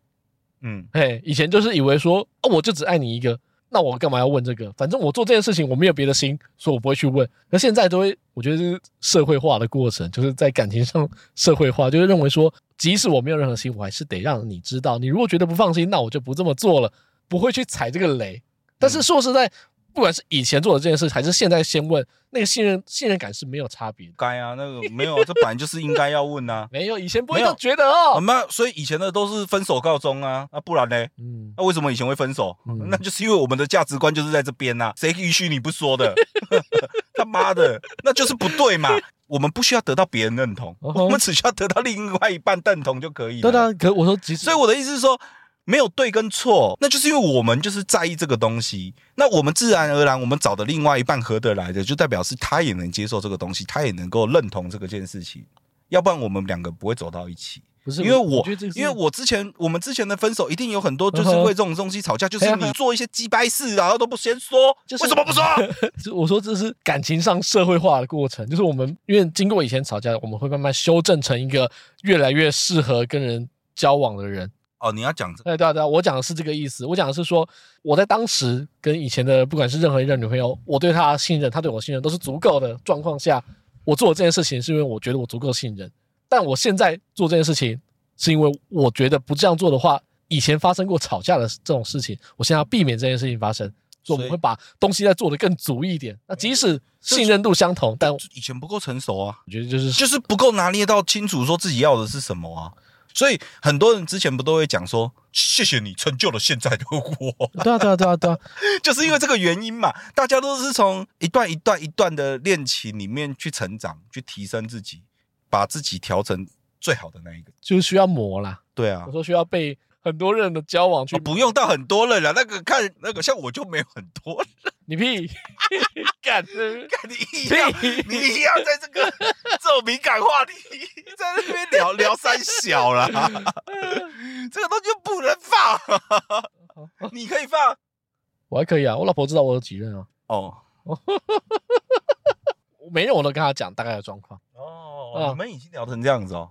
Speaker 1: 嗯，
Speaker 2: 嘿，以前就是以为说，啊，我就只爱你一个，那我干嘛要问这个？反正我做这件事情我没有别的心，所以我不会去问。可现在都会，我觉得这是社会化的过程，就是在感情上社会化，就是认为说，即使我没有任何心，我还是得让你知道。你如果觉得不放心，那我就不这么做了，不会去踩这个雷。但是说实在，不管是以前做的这件事，还是现在先问，那个信任信任感是没有差别的。。
Speaker 1: 该啊，那个没有啊，这本来就是应该要问啊
Speaker 2: 没有，以前不会
Speaker 1: 没
Speaker 2: 这
Speaker 1: 有
Speaker 2: 样觉得
Speaker 1: 啊，
Speaker 2: 哦。
Speaker 1: 那所以以前的都是分手告终啊，啊，不然呢？
Speaker 2: 嗯，
Speaker 1: 那、为什么以前会分手？
Speaker 2: 嗯
Speaker 1: 那就是因为我们的价值观就是在这边呐、谁允许你不说 的？ 他妈的，那就是不对嘛！我们不需要得到别人认同，
Speaker 2: 嗯哼
Speaker 1: 我们只需要得到另外一半认同就可以了。
Speaker 2: 对的啊，可我说即使，
Speaker 1: 所以我的意思是说，没有对跟错，那就是因为我们就是在意这个东西，那我们自然而然我们找的另外一半合得来的，就代表是他也能接受这个东西，他也能够认同这个件事情，要不然我们两个不会走到一起。
Speaker 2: 不是
Speaker 1: 因为
Speaker 2: 我
Speaker 1: 我
Speaker 2: 觉得这个是
Speaker 1: 因为我之前我们之前的分手一定有很多就是
Speaker 2: 嗯哼
Speaker 1: 为这种东西吵架，就是
Speaker 2: 哎呀
Speaker 1: 你做一些鸡掰事，然后都不先说，
Speaker 2: 就是
Speaker 1: 为什么不说？啊
Speaker 2: 是我说这是感情上社会化的过程，就是我们因为经过以前吵架，我们会慢慢修正成一个越来越适合跟人交往的人。
Speaker 1: 哦，你要讲这
Speaker 2: 哎，对啊，对啊，我讲的是这个意思。我讲的是说，我在当时跟以前的不管是任何一任女朋友，我对她的信任，她对我信任都是足够的状况下，我做这件事情是因为我觉得我足够信任。但我现在做这件事情，是因为我觉得不这样做的话，以前发生过吵架的这种事情，我现在要避免这件事情发生，
Speaker 1: 所
Speaker 2: 所以我们
Speaker 1: 以嗯
Speaker 2: 会把东西再做得更足一点。那即使信任度相同，但我
Speaker 1: 以前不够成熟啊，
Speaker 2: 觉得就是
Speaker 1: 就是不够拿捏到清楚说自己要的是什么啊。所以很多人之前不都会讲说，谢谢你成就了现在的我，
Speaker 2: 对啊，对啊，对啊，对啊，
Speaker 1: 就是因为这个原因嘛，大家都是从一段一段一段的恋情里面去成长，去提升自己，把自己调成最好的那一个。
Speaker 2: 就是需要磨啦。
Speaker 1: 对啊
Speaker 2: 我，说需要被很多人的交往去
Speaker 1: 哦、不用到很多人了，那个看那个像我就没有很多 人，
Speaker 2: 你屁， 干这
Speaker 1: 看你一 样，
Speaker 2: 屁，
Speaker 1: 你一样在这 个这种敏感话题在那边聊聊三小 啦，这个东西就不能
Speaker 2: 哦
Speaker 1: 放，你可以放
Speaker 2: 我还可以啊，我老婆知道我有几任啊，
Speaker 1: 哦
Speaker 2: 我每任我都跟她讲大概的状况，
Speaker 1: 哦，你们已经聊成这样子哦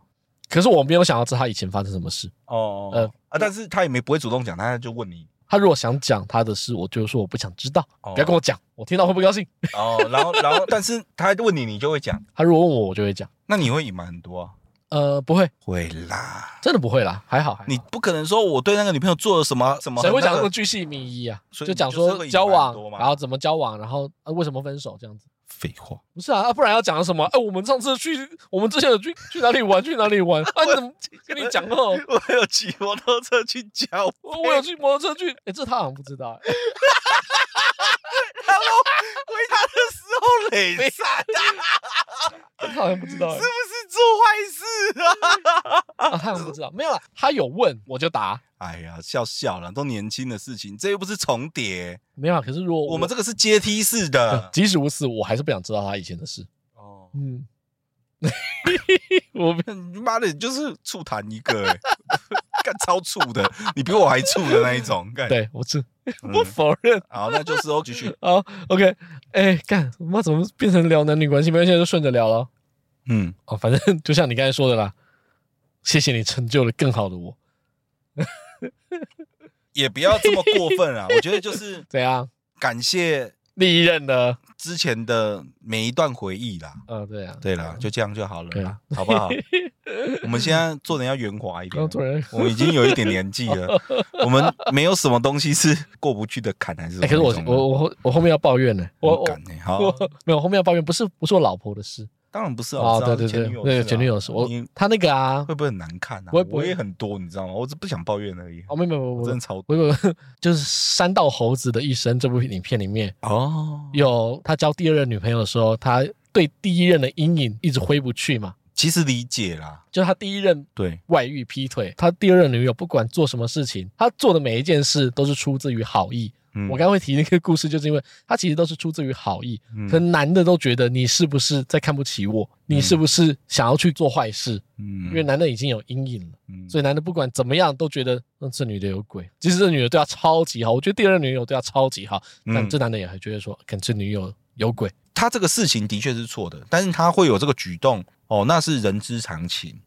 Speaker 2: 可是我没有想要知道她以前发生什么事。
Speaker 1: 哦、
Speaker 2: 呃
Speaker 1: 啊，但是他也没不会主动讲，他就问你
Speaker 2: 她如果想讲她的事，我就说我不想知道，
Speaker 1: 哦
Speaker 2: 不要跟我讲，我听到会不高兴。
Speaker 1: 哦，然后然后但是他问你，你就会讲，
Speaker 2: 她如果问我，我就会讲，
Speaker 1: 那你会隐瞒很多啊，
Speaker 2: 呃，不会，
Speaker 1: 会啦。
Speaker 2: 真的不会啦，还好，还好
Speaker 1: 你不可能说我对那个女朋友做了什么什么
Speaker 2: 谁
Speaker 1: 很那
Speaker 2: 会
Speaker 1: 个，
Speaker 2: 讲那么巨细靡遗啊？
Speaker 1: 所以
Speaker 2: 就
Speaker 1: 你
Speaker 2: 讲
Speaker 1: 就是
Speaker 2: 说
Speaker 1: 会隐
Speaker 2: 交
Speaker 1: 瞒
Speaker 2: 往
Speaker 1: 很多，嘛
Speaker 2: 然后怎么交往，然后、啊、为什么分手这样子。
Speaker 1: 废话？
Speaker 2: 不是啊，啊不然要讲什么？哎、我们上次去，我们之前有去去哪里玩？去哪里玩？啊，你怎么跟你讲哦？
Speaker 1: 我有骑摩托车去交
Speaker 2: 我我有去摩托车去，哎、这他好像不知道、哎
Speaker 1: 然后回答的时候累惨啊，
Speaker 2: 这 他好像不知道、哎
Speaker 1: 是不是做坏事啊？
Speaker 2: 啊，他好像不知道，没有啦，他有问我就答，
Speaker 1: 哎呀，笑笑了，都年轻的事情，这又不是重叠，
Speaker 2: 没有啦。可是如果呃
Speaker 1: 我们这个是阶梯式的。
Speaker 2: 即使如此，我还是不想知道他以前的事。
Speaker 1: 哦，
Speaker 2: 嗯， 我
Speaker 1: 你妈的，你就是醋坛一个、欸， 干超醋的，你比我还醋的那一 种，干。
Speaker 2: 对我是
Speaker 1: 嗯
Speaker 2: 不否认
Speaker 1: 好，那就是哦，继续。
Speaker 2: 啊。OK，哎、干，我妈怎么变成聊男女关系？没关系，就顺着聊了。
Speaker 1: 嗯，
Speaker 2: 哦，反正 就像你刚才说的啦，谢谢你成就了更好的我。
Speaker 1: 也不要这么过分啊。我觉得就是
Speaker 2: 怎样？
Speaker 1: 感谢
Speaker 2: 第一任的，
Speaker 1: 之前的每一段回忆啦。
Speaker 2: 呃，对啊，
Speaker 1: 对啦，就这样就好了
Speaker 2: 对
Speaker 1: 啦，好 不好？我们现在做人要圆滑一点
Speaker 2: 刚
Speaker 1: 啊。
Speaker 2: 突然，
Speaker 1: 我们已经有一点年纪 了，我们没有什么东西是过不去的坎，还是什
Speaker 2: 哎、
Speaker 1: 么
Speaker 2: 可是
Speaker 1: 那
Speaker 2: 我
Speaker 1: 种的？
Speaker 2: 我我后我后面要抱怨呢、我
Speaker 1: 很
Speaker 2: 我
Speaker 1: 敢欸好，
Speaker 2: 我 没有，后面要抱怨不是不是我老婆的事
Speaker 1: 当然不是啊
Speaker 2: 哦，
Speaker 1: 我知道
Speaker 2: 对对
Speaker 1: 前女
Speaker 2: 对，
Speaker 1: 友
Speaker 2: 对
Speaker 1: 是啊
Speaker 2: 前女友是我
Speaker 1: 你
Speaker 2: 她那个啊，
Speaker 1: 会不会很难看啊？
Speaker 2: 不会不会
Speaker 1: 我也很多，你知道吗？我只不想抱怨而已，
Speaker 2: 哦，没有没有没有
Speaker 1: 我
Speaker 2: 没
Speaker 1: 真
Speaker 2: 有
Speaker 1: 的超
Speaker 2: 我有就是《山道猴子的一生》这部影片里面
Speaker 1: 哦。
Speaker 2: 有他交第二任女朋友的时候，他对第一任的阴影一直挥不去嘛，
Speaker 1: 其实理解啦，
Speaker 2: 就是他第一任
Speaker 1: 对，
Speaker 2: 外遇劈腿，他第二任女友不管做什么事情，他做的每一件事都是出自于好意。
Speaker 1: 嗯
Speaker 2: 我刚刚会提那个故事，就是因为他其实都是出自于好意，
Speaker 1: 嗯
Speaker 2: 可能男的都觉得你是不是在看不起我，你是不是想要去做坏事，
Speaker 1: 嗯
Speaker 2: 因为男的已经有阴影了。
Speaker 1: 嗯
Speaker 2: 所以男的不管怎么样都觉得，嗯，这女的有鬼。即使这女的对他超级好，我觉得第二女友对他超级好，但
Speaker 1: 嗯
Speaker 2: 这男的也还觉得说，看这女友有鬼。
Speaker 1: 他这个事情的确是错的，但是他会有这个举动哦，那是人之常情。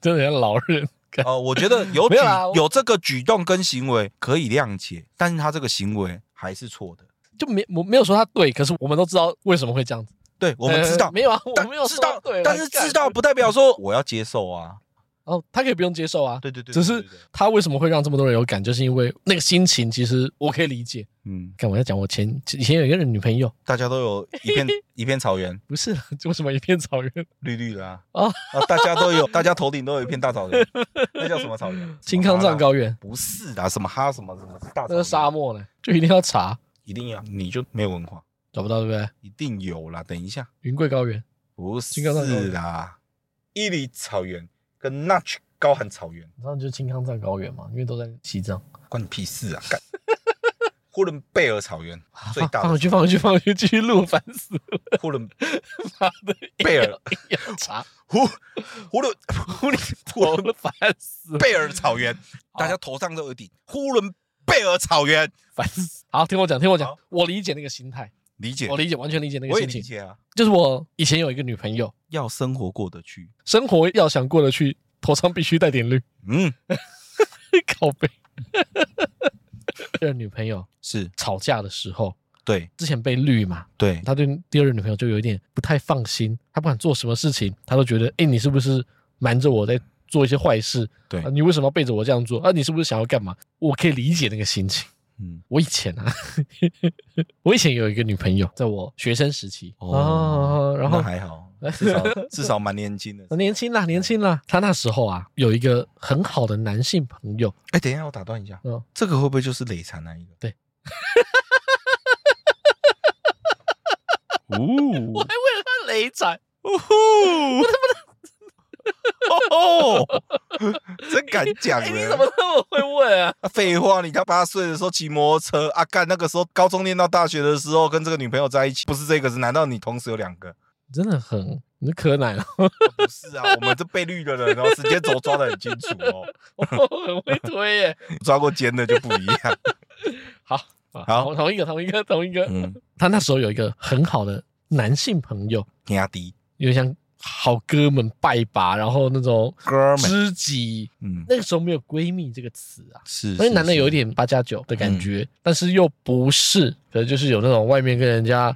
Speaker 2: 真的像老人。干
Speaker 1: 哦，我觉得有举
Speaker 2: 没有啦我
Speaker 1: 有这个举动跟行为可以谅解，但是他这个行为还是错的。
Speaker 2: 就没我没有说他对，可是我们都知道为什么会这样子。
Speaker 1: 对，我们知道
Speaker 2: 呃，没有啊，我
Speaker 1: 但
Speaker 2: 没有
Speaker 1: 知
Speaker 2: 说他
Speaker 1: 道
Speaker 2: 对，，
Speaker 1: 但是
Speaker 2: 干
Speaker 1: 知道。不代表说我要接受啊。
Speaker 2: 哦，他可以不用接受啊。
Speaker 1: 对对对，
Speaker 2: 只
Speaker 1: 对
Speaker 2: 是
Speaker 1: 对对
Speaker 2: 他为什么会让这么多人有感，就是因为那个心情，其实我可以理解。
Speaker 1: 嗯，
Speaker 2: 看我在讲我前以前有一个人女朋友，
Speaker 1: 大家都有一 片一片草原，
Speaker 2: 不是啦 就为什么一片草原？
Speaker 1: 绿绿的啊，
Speaker 2: 哦
Speaker 1: 啊，大家都有，大家头顶都有一片大草原，那叫什么草原？
Speaker 2: 青康
Speaker 1: 什么
Speaker 2: 藏
Speaker 1: 哈拉
Speaker 2: 高原，
Speaker 1: 不是的，什么哈什么什么大
Speaker 2: 那
Speaker 1: 草
Speaker 2: 是沙
Speaker 1: 原，
Speaker 2: 漠呢，就一定要查，
Speaker 1: 一定要，你就没有文化，
Speaker 2: 找不到对不对？
Speaker 1: 一定有啦。等一下，
Speaker 2: 云贵高原，
Speaker 1: 不
Speaker 2: 青藏藏高
Speaker 1: 是
Speaker 2: 原
Speaker 1: 啦，伊犁草原跟那曲高寒草原，
Speaker 2: 然后就是青康藏高原嘛，因为都在西藏。
Speaker 1: 关你屁事啊！干呼伦贝尔草原最大
Speaker 2: 放放回
Speaker 1: 的
Speaker 2: 去，放回去，放回去，继续录，烦死了！
Speaker 1: 呼伦
Speaker 2: 妈的，哎一
Speaker 1: 贝尔
Speaker 2: 秒一秒查
Speaker 1: 呼呼伦
Speaker 2: 糊你头了，烦死了，
Speaker 1: 贝尔草原，大家头上都有顶呼伦贝尔草原，
Speaker 2: 烦死！好，听我讲，听我讲
Speaker 1: 好，
Speaker 2: 我理解那个心态，
Speaker 1: 理解
Speaker 2: 我？理解，完全理解那个
Speaker 1: 我也
Speaker 2: 心
Speaker 1: 理
Speaker 2: 情。
Speaker 1: 解啊，
Speaker 2: 就是我以前有一个女朋友，
Speaker 1: 要生活过得去，
Speaker 2: 生活要想过得去，头上必须带点绿，
Speaker 1: 嗯，
Speaker 2: 靠背。第二女朋友
Speaker 1: 是
Speaker 2: 吵架的时候，
Speaker 1: 对
Speaker 2: 之前被绿嘛，
Speaker 1: 对，
Speaker 2: 他对第二女朋友就有一点不太放心，他不管做什么事情，他都觉得，哎、你是不是瞒着我在做一些坏事？
Speaker 1: 对
Speaker 2: 啊你为什么要背着我这样做？啊，你是不是想要干嘛？我可以理解那个心情。
Speaker 1: 嗯，
Speaker 2: 我以前啊， 我以前有一个女朋友，在我学生时期
Speaker 1: 哦
Speaker 2: 哦，然后
Speaker 1: 那还 好，至少至少蛮年轻的。
Speaker 2: 年轻啦，年轻啦，她那时候啊有一个很好的男性朋友，
Speaker 1: 哎，等一下，我打断一下
Speaker 2: 嗯，
Speaker 1: 这个会不会就是累残那一个？
Speaker 2: 对。我
Speaker 1: 哦
Speaker 2: 还为了他 雷斩，
Speaker 1: 哦，哦，真敢讲
Speaker 2: 哎、
Speaker 1: 欸
Speaker 2: 你怎么那么会问啊？
Speaker 1: 啊废话，你他八岁的时候骑摩托车啊，干那个时候高中念到大学的时候跟这个女朋友在一起，不是这个是？难道你同时有两个？ 哦
Speaker 2: 真的很，你是柯南哦，
Speaker 1: 不是啊，我们这被绿的人哦，时间轴抓得很清楚哦，
Speaker 2: 我很会推耶。
Speaker 1: 抓过尖的就不一样。
Speaker 2: 好，啊
Speaker 1: 好
Speaker 2: 同同一个，同一个，同一个。
Speaker 1: 嗯，
Speaker 2: 他那时候有一个很好的男性朋友，
Speaker 1: 压低
Speaker 2: 有点像好哥们拜把，然后那种
Speaker 1: 哥们，
Speaker 2: 知己。
Speaker 1: 嗯，
Speaker 2: 那个时候没有闺蜜这个词啊，
Speaker 1: 是，
Speaker 2: 所以
Speaker 1: 是
Speaker 2: 男的有一，
Speaker 1: 是嗯
Speaker 2: 点八加九的感觉，但是又不是，可能就是有那种外面跟人家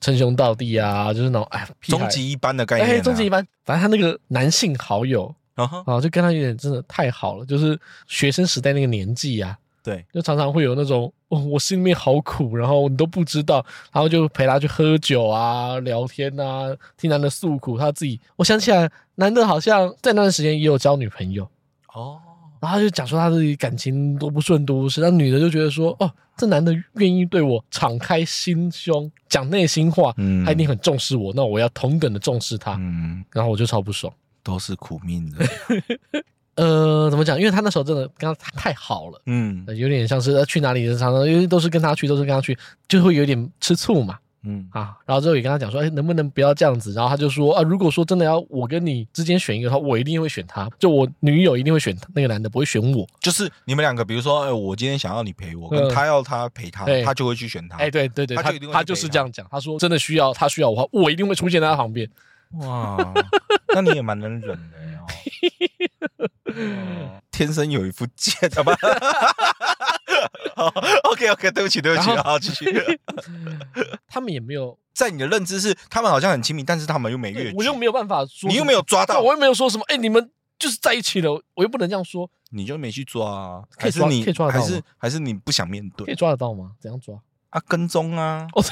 Speaker 2: 称兄道弟啊，就是那种哎，屁孩
Speaker 1: 终极一班的概念、
Speaker 2: 哎，
Speaker 1: 啊，
Speaker 2: 终极一般。反正他那个男性好友
Speaker 1: 啊哈，
Speaker 2: 啊，就跟他有点真的太好了，就是学生时代那个年纪啊，
Speaker 1: 对，
Speaker 2: 就常常会有那种、哦、我心里面好苦，然后你都不知道，然后就陪他去喝酒啊、聊天啊，听他的诉苦，他自己。我想起来，男的好像在那段时间也有交女朋友，
Speaker 1: 哦，
Speaker 2: 然后他就讲说他自己感情多不顺多不是，那女的就觉得说，哦，这男的愿意对我敞开心胸，讲内心话，
Speaker 1: 嗯
Speaker 2: 他一定很重视我，那我要同等的重视他，
Speaker 1: 嗯，
Speaker 2: 然后我就超不爽。
Speaker 1: 都是苦命 人，
Speaker 2: 呃，怎么讲？因为他那时候真的跟他太好了。
Speaker 1: 嗯
Speaker 2: 呃有点像是呃去哪里常常因为都是跟他去，都是跟他去，就会有点吃醋嘛
Speaker 1: 嗯，
Speaker 2: 啊。然后之后也跟他讲说，哎，能不能不要这样子？然后他就说啊，如果说真的要我跟你之间选一个的话，我一定会选他，就我女友一定会选那个男的，不会选我。
Speaker 1: 就是你们两个，比如说，哎、我今天想要你陪我，跟
Speaker 2: 嗯
Speaker 1: 他要他陪他，
Speaker 2: 对
Speaker 1: 他就会去选他。
Speaker 2: 哎，对对对，
Speaker 1: 啊他
Speaker 2: 他
Speaker 1: 就一定会
Speaker 2: 他
Speaker 1: 去
Speaker 2: 就
Speaker 1: 陪
Speaker 2: 是
Speaker 1: 他
Speaker 2: 这样讲，他说真的需要他需要我的话，我一定会出现在他旁边。
Speaker 1: 哇，那你也蛮能忍的哦。 哦天生有一副贱，好吧？ 好，OK OK，对不起，对不起，
Speaker 2: 然后
Speaker 1: 好，继续。
Speaker 2: 他们也没有，
Speaker 1: 在你的认知是，他们好像很亲密，但是他们又没越
Speaker 2: 对
Speaker 1: 矩，
Speaker 2: 我又没有办法说什么，
Speaker 1: 你又没有抓
Speaker 2: 对，
Speaker 1: 到，
Speaker 2: 我又没有说什么，哎，你们就是在一起了，我又不能这样说，
Speaker 1: 你就没去抓啊？
Speaker 2: 可
Speaker 1: 还
Speaker 2: 以
Speaker 1: 是
Speaker 2: 抓
Speaker 1: 你
Speaker 2: 可以抓得到
Speaker 1: 还
Speaker 2: 吗
Speaker 1: 是还是你不想面
Speaker 2: 可以
Speaker 1: 对
Speaker 2: 抓得到吗？怎 样抓？
Speaker 1: 啊？跟踪啊？
Speaker 2: 哦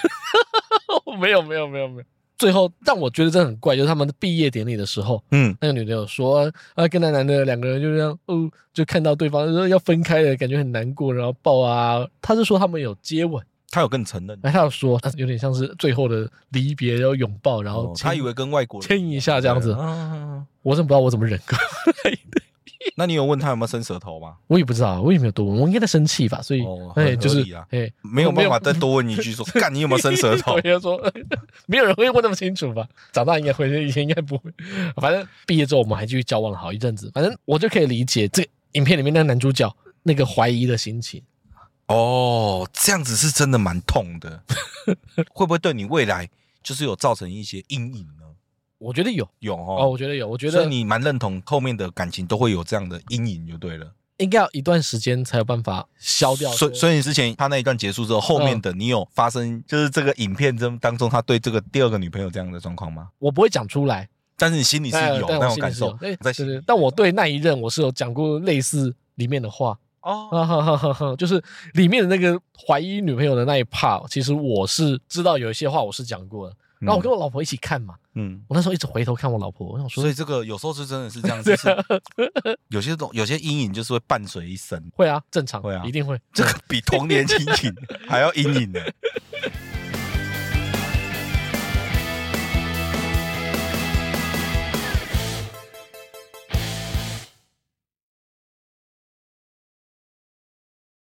Speaker 2: 没有没有没有没有。最后让我觉得这很怪，就是他们毕业典礼的时候，
Speaker 1: 嗯，
Speaker 2: 那个女的有说，啊，跟那男的两个人就这样，哦，就看到对方说要分开了，感觉很难过，然后抱啊。他是说他们有接吻，哎
Speaker 1: 他有跟你承认，
Speaker 2: 然后他有说呃他有点像是最后的离别，然后拥抱，然后
Speaker 1: 哦
Speaker 2: 亲、
Speaker 1: 他以为跟外国人
Speaker 2: 牵一下这样子
Speaker 1: 对。啊
Speaker 2: 我真不知道我怎么忍过，
Speaker 1: 那你有问他有没有伸舌头吗？
Speaker 2: 我也不知道，我也没有多问，我应该在生气吧，所以
Speaker 1: 哦
Speaker 2: 哎、
Speaker 1: 很合
Speaker 2: 就是
Speaker 1: 理啊
Speaker 2: 哎。
Speaker 1: 没有办法再多问一 句说， 干你有没有伸舌头
Speaker 2: 我？就说，没有人会问那么清楚吧？长大应该会，以前应该不会。反正毕业之后我们还继续交往了好一阵子，反正我就可以理解这影片里面那个男主角那个怀疑的心情。
Speaker 1: 哦，这样子是真的蛮痛的， 会不会对你未来就是有造成一些阴影呢？
Speaker 2: 我觉得有
Speaker 1: 有
Speaker 2: 哦，
Speaker 1: 哦，
Speaker 2: 我觉得有，我觉
Speaker 1: 所以
Speaker 2: 得
Speaker 1: 你蛮认同后面的感情都会有这样的阴影就对了。
Speaker 2: 应该要一段时间才有办法消掉。嗯
Speaker 1: 所以所以你之前他那一段结束之后，后面的你有发生就是这个影片中当中他对这个第二个女朋友这样的状况吗？
Speaker 2: 我不会讲出来，
Speaker 1: 但是你心里是
Speaker 2: 但
Speaker 1: 有
Speaker 2: 但
Speaker 1: 那
Speaker 2: 我
Speaker 1: 种
Speaker 2: 心里
Speaker 1: 感
Speaker 2: 是有
Speaker 1: 受，
Speaker 2: 哎
Speaker 1: 在
Speaker 2: 对
Speaker 1: 心里
Speaker 2: 对，但我对那一任我是有讲过类似里面的话，
Speaker 1: 哦，
Speaker 2: 哈哈哈哈哈， 就是里面的那个怀疑女朋友的那一 part，其实我是知道有一些话我是讲过的。然后我跟我老婆一起看嘛，
Speaker 1: 嗯，
Speaker 2: 我那时候一直回头看我老婆，我想说啊
Speaker 1: 所以这个有时候是真的是这 样，就是有些东有些阴影就是会伴随一生，
Speaker 2: 会啊，正常，
Speaker 1: 会啊
Speaker 2: 一定会。
Speaker 1: 这个比童年阴影还要阴影呢。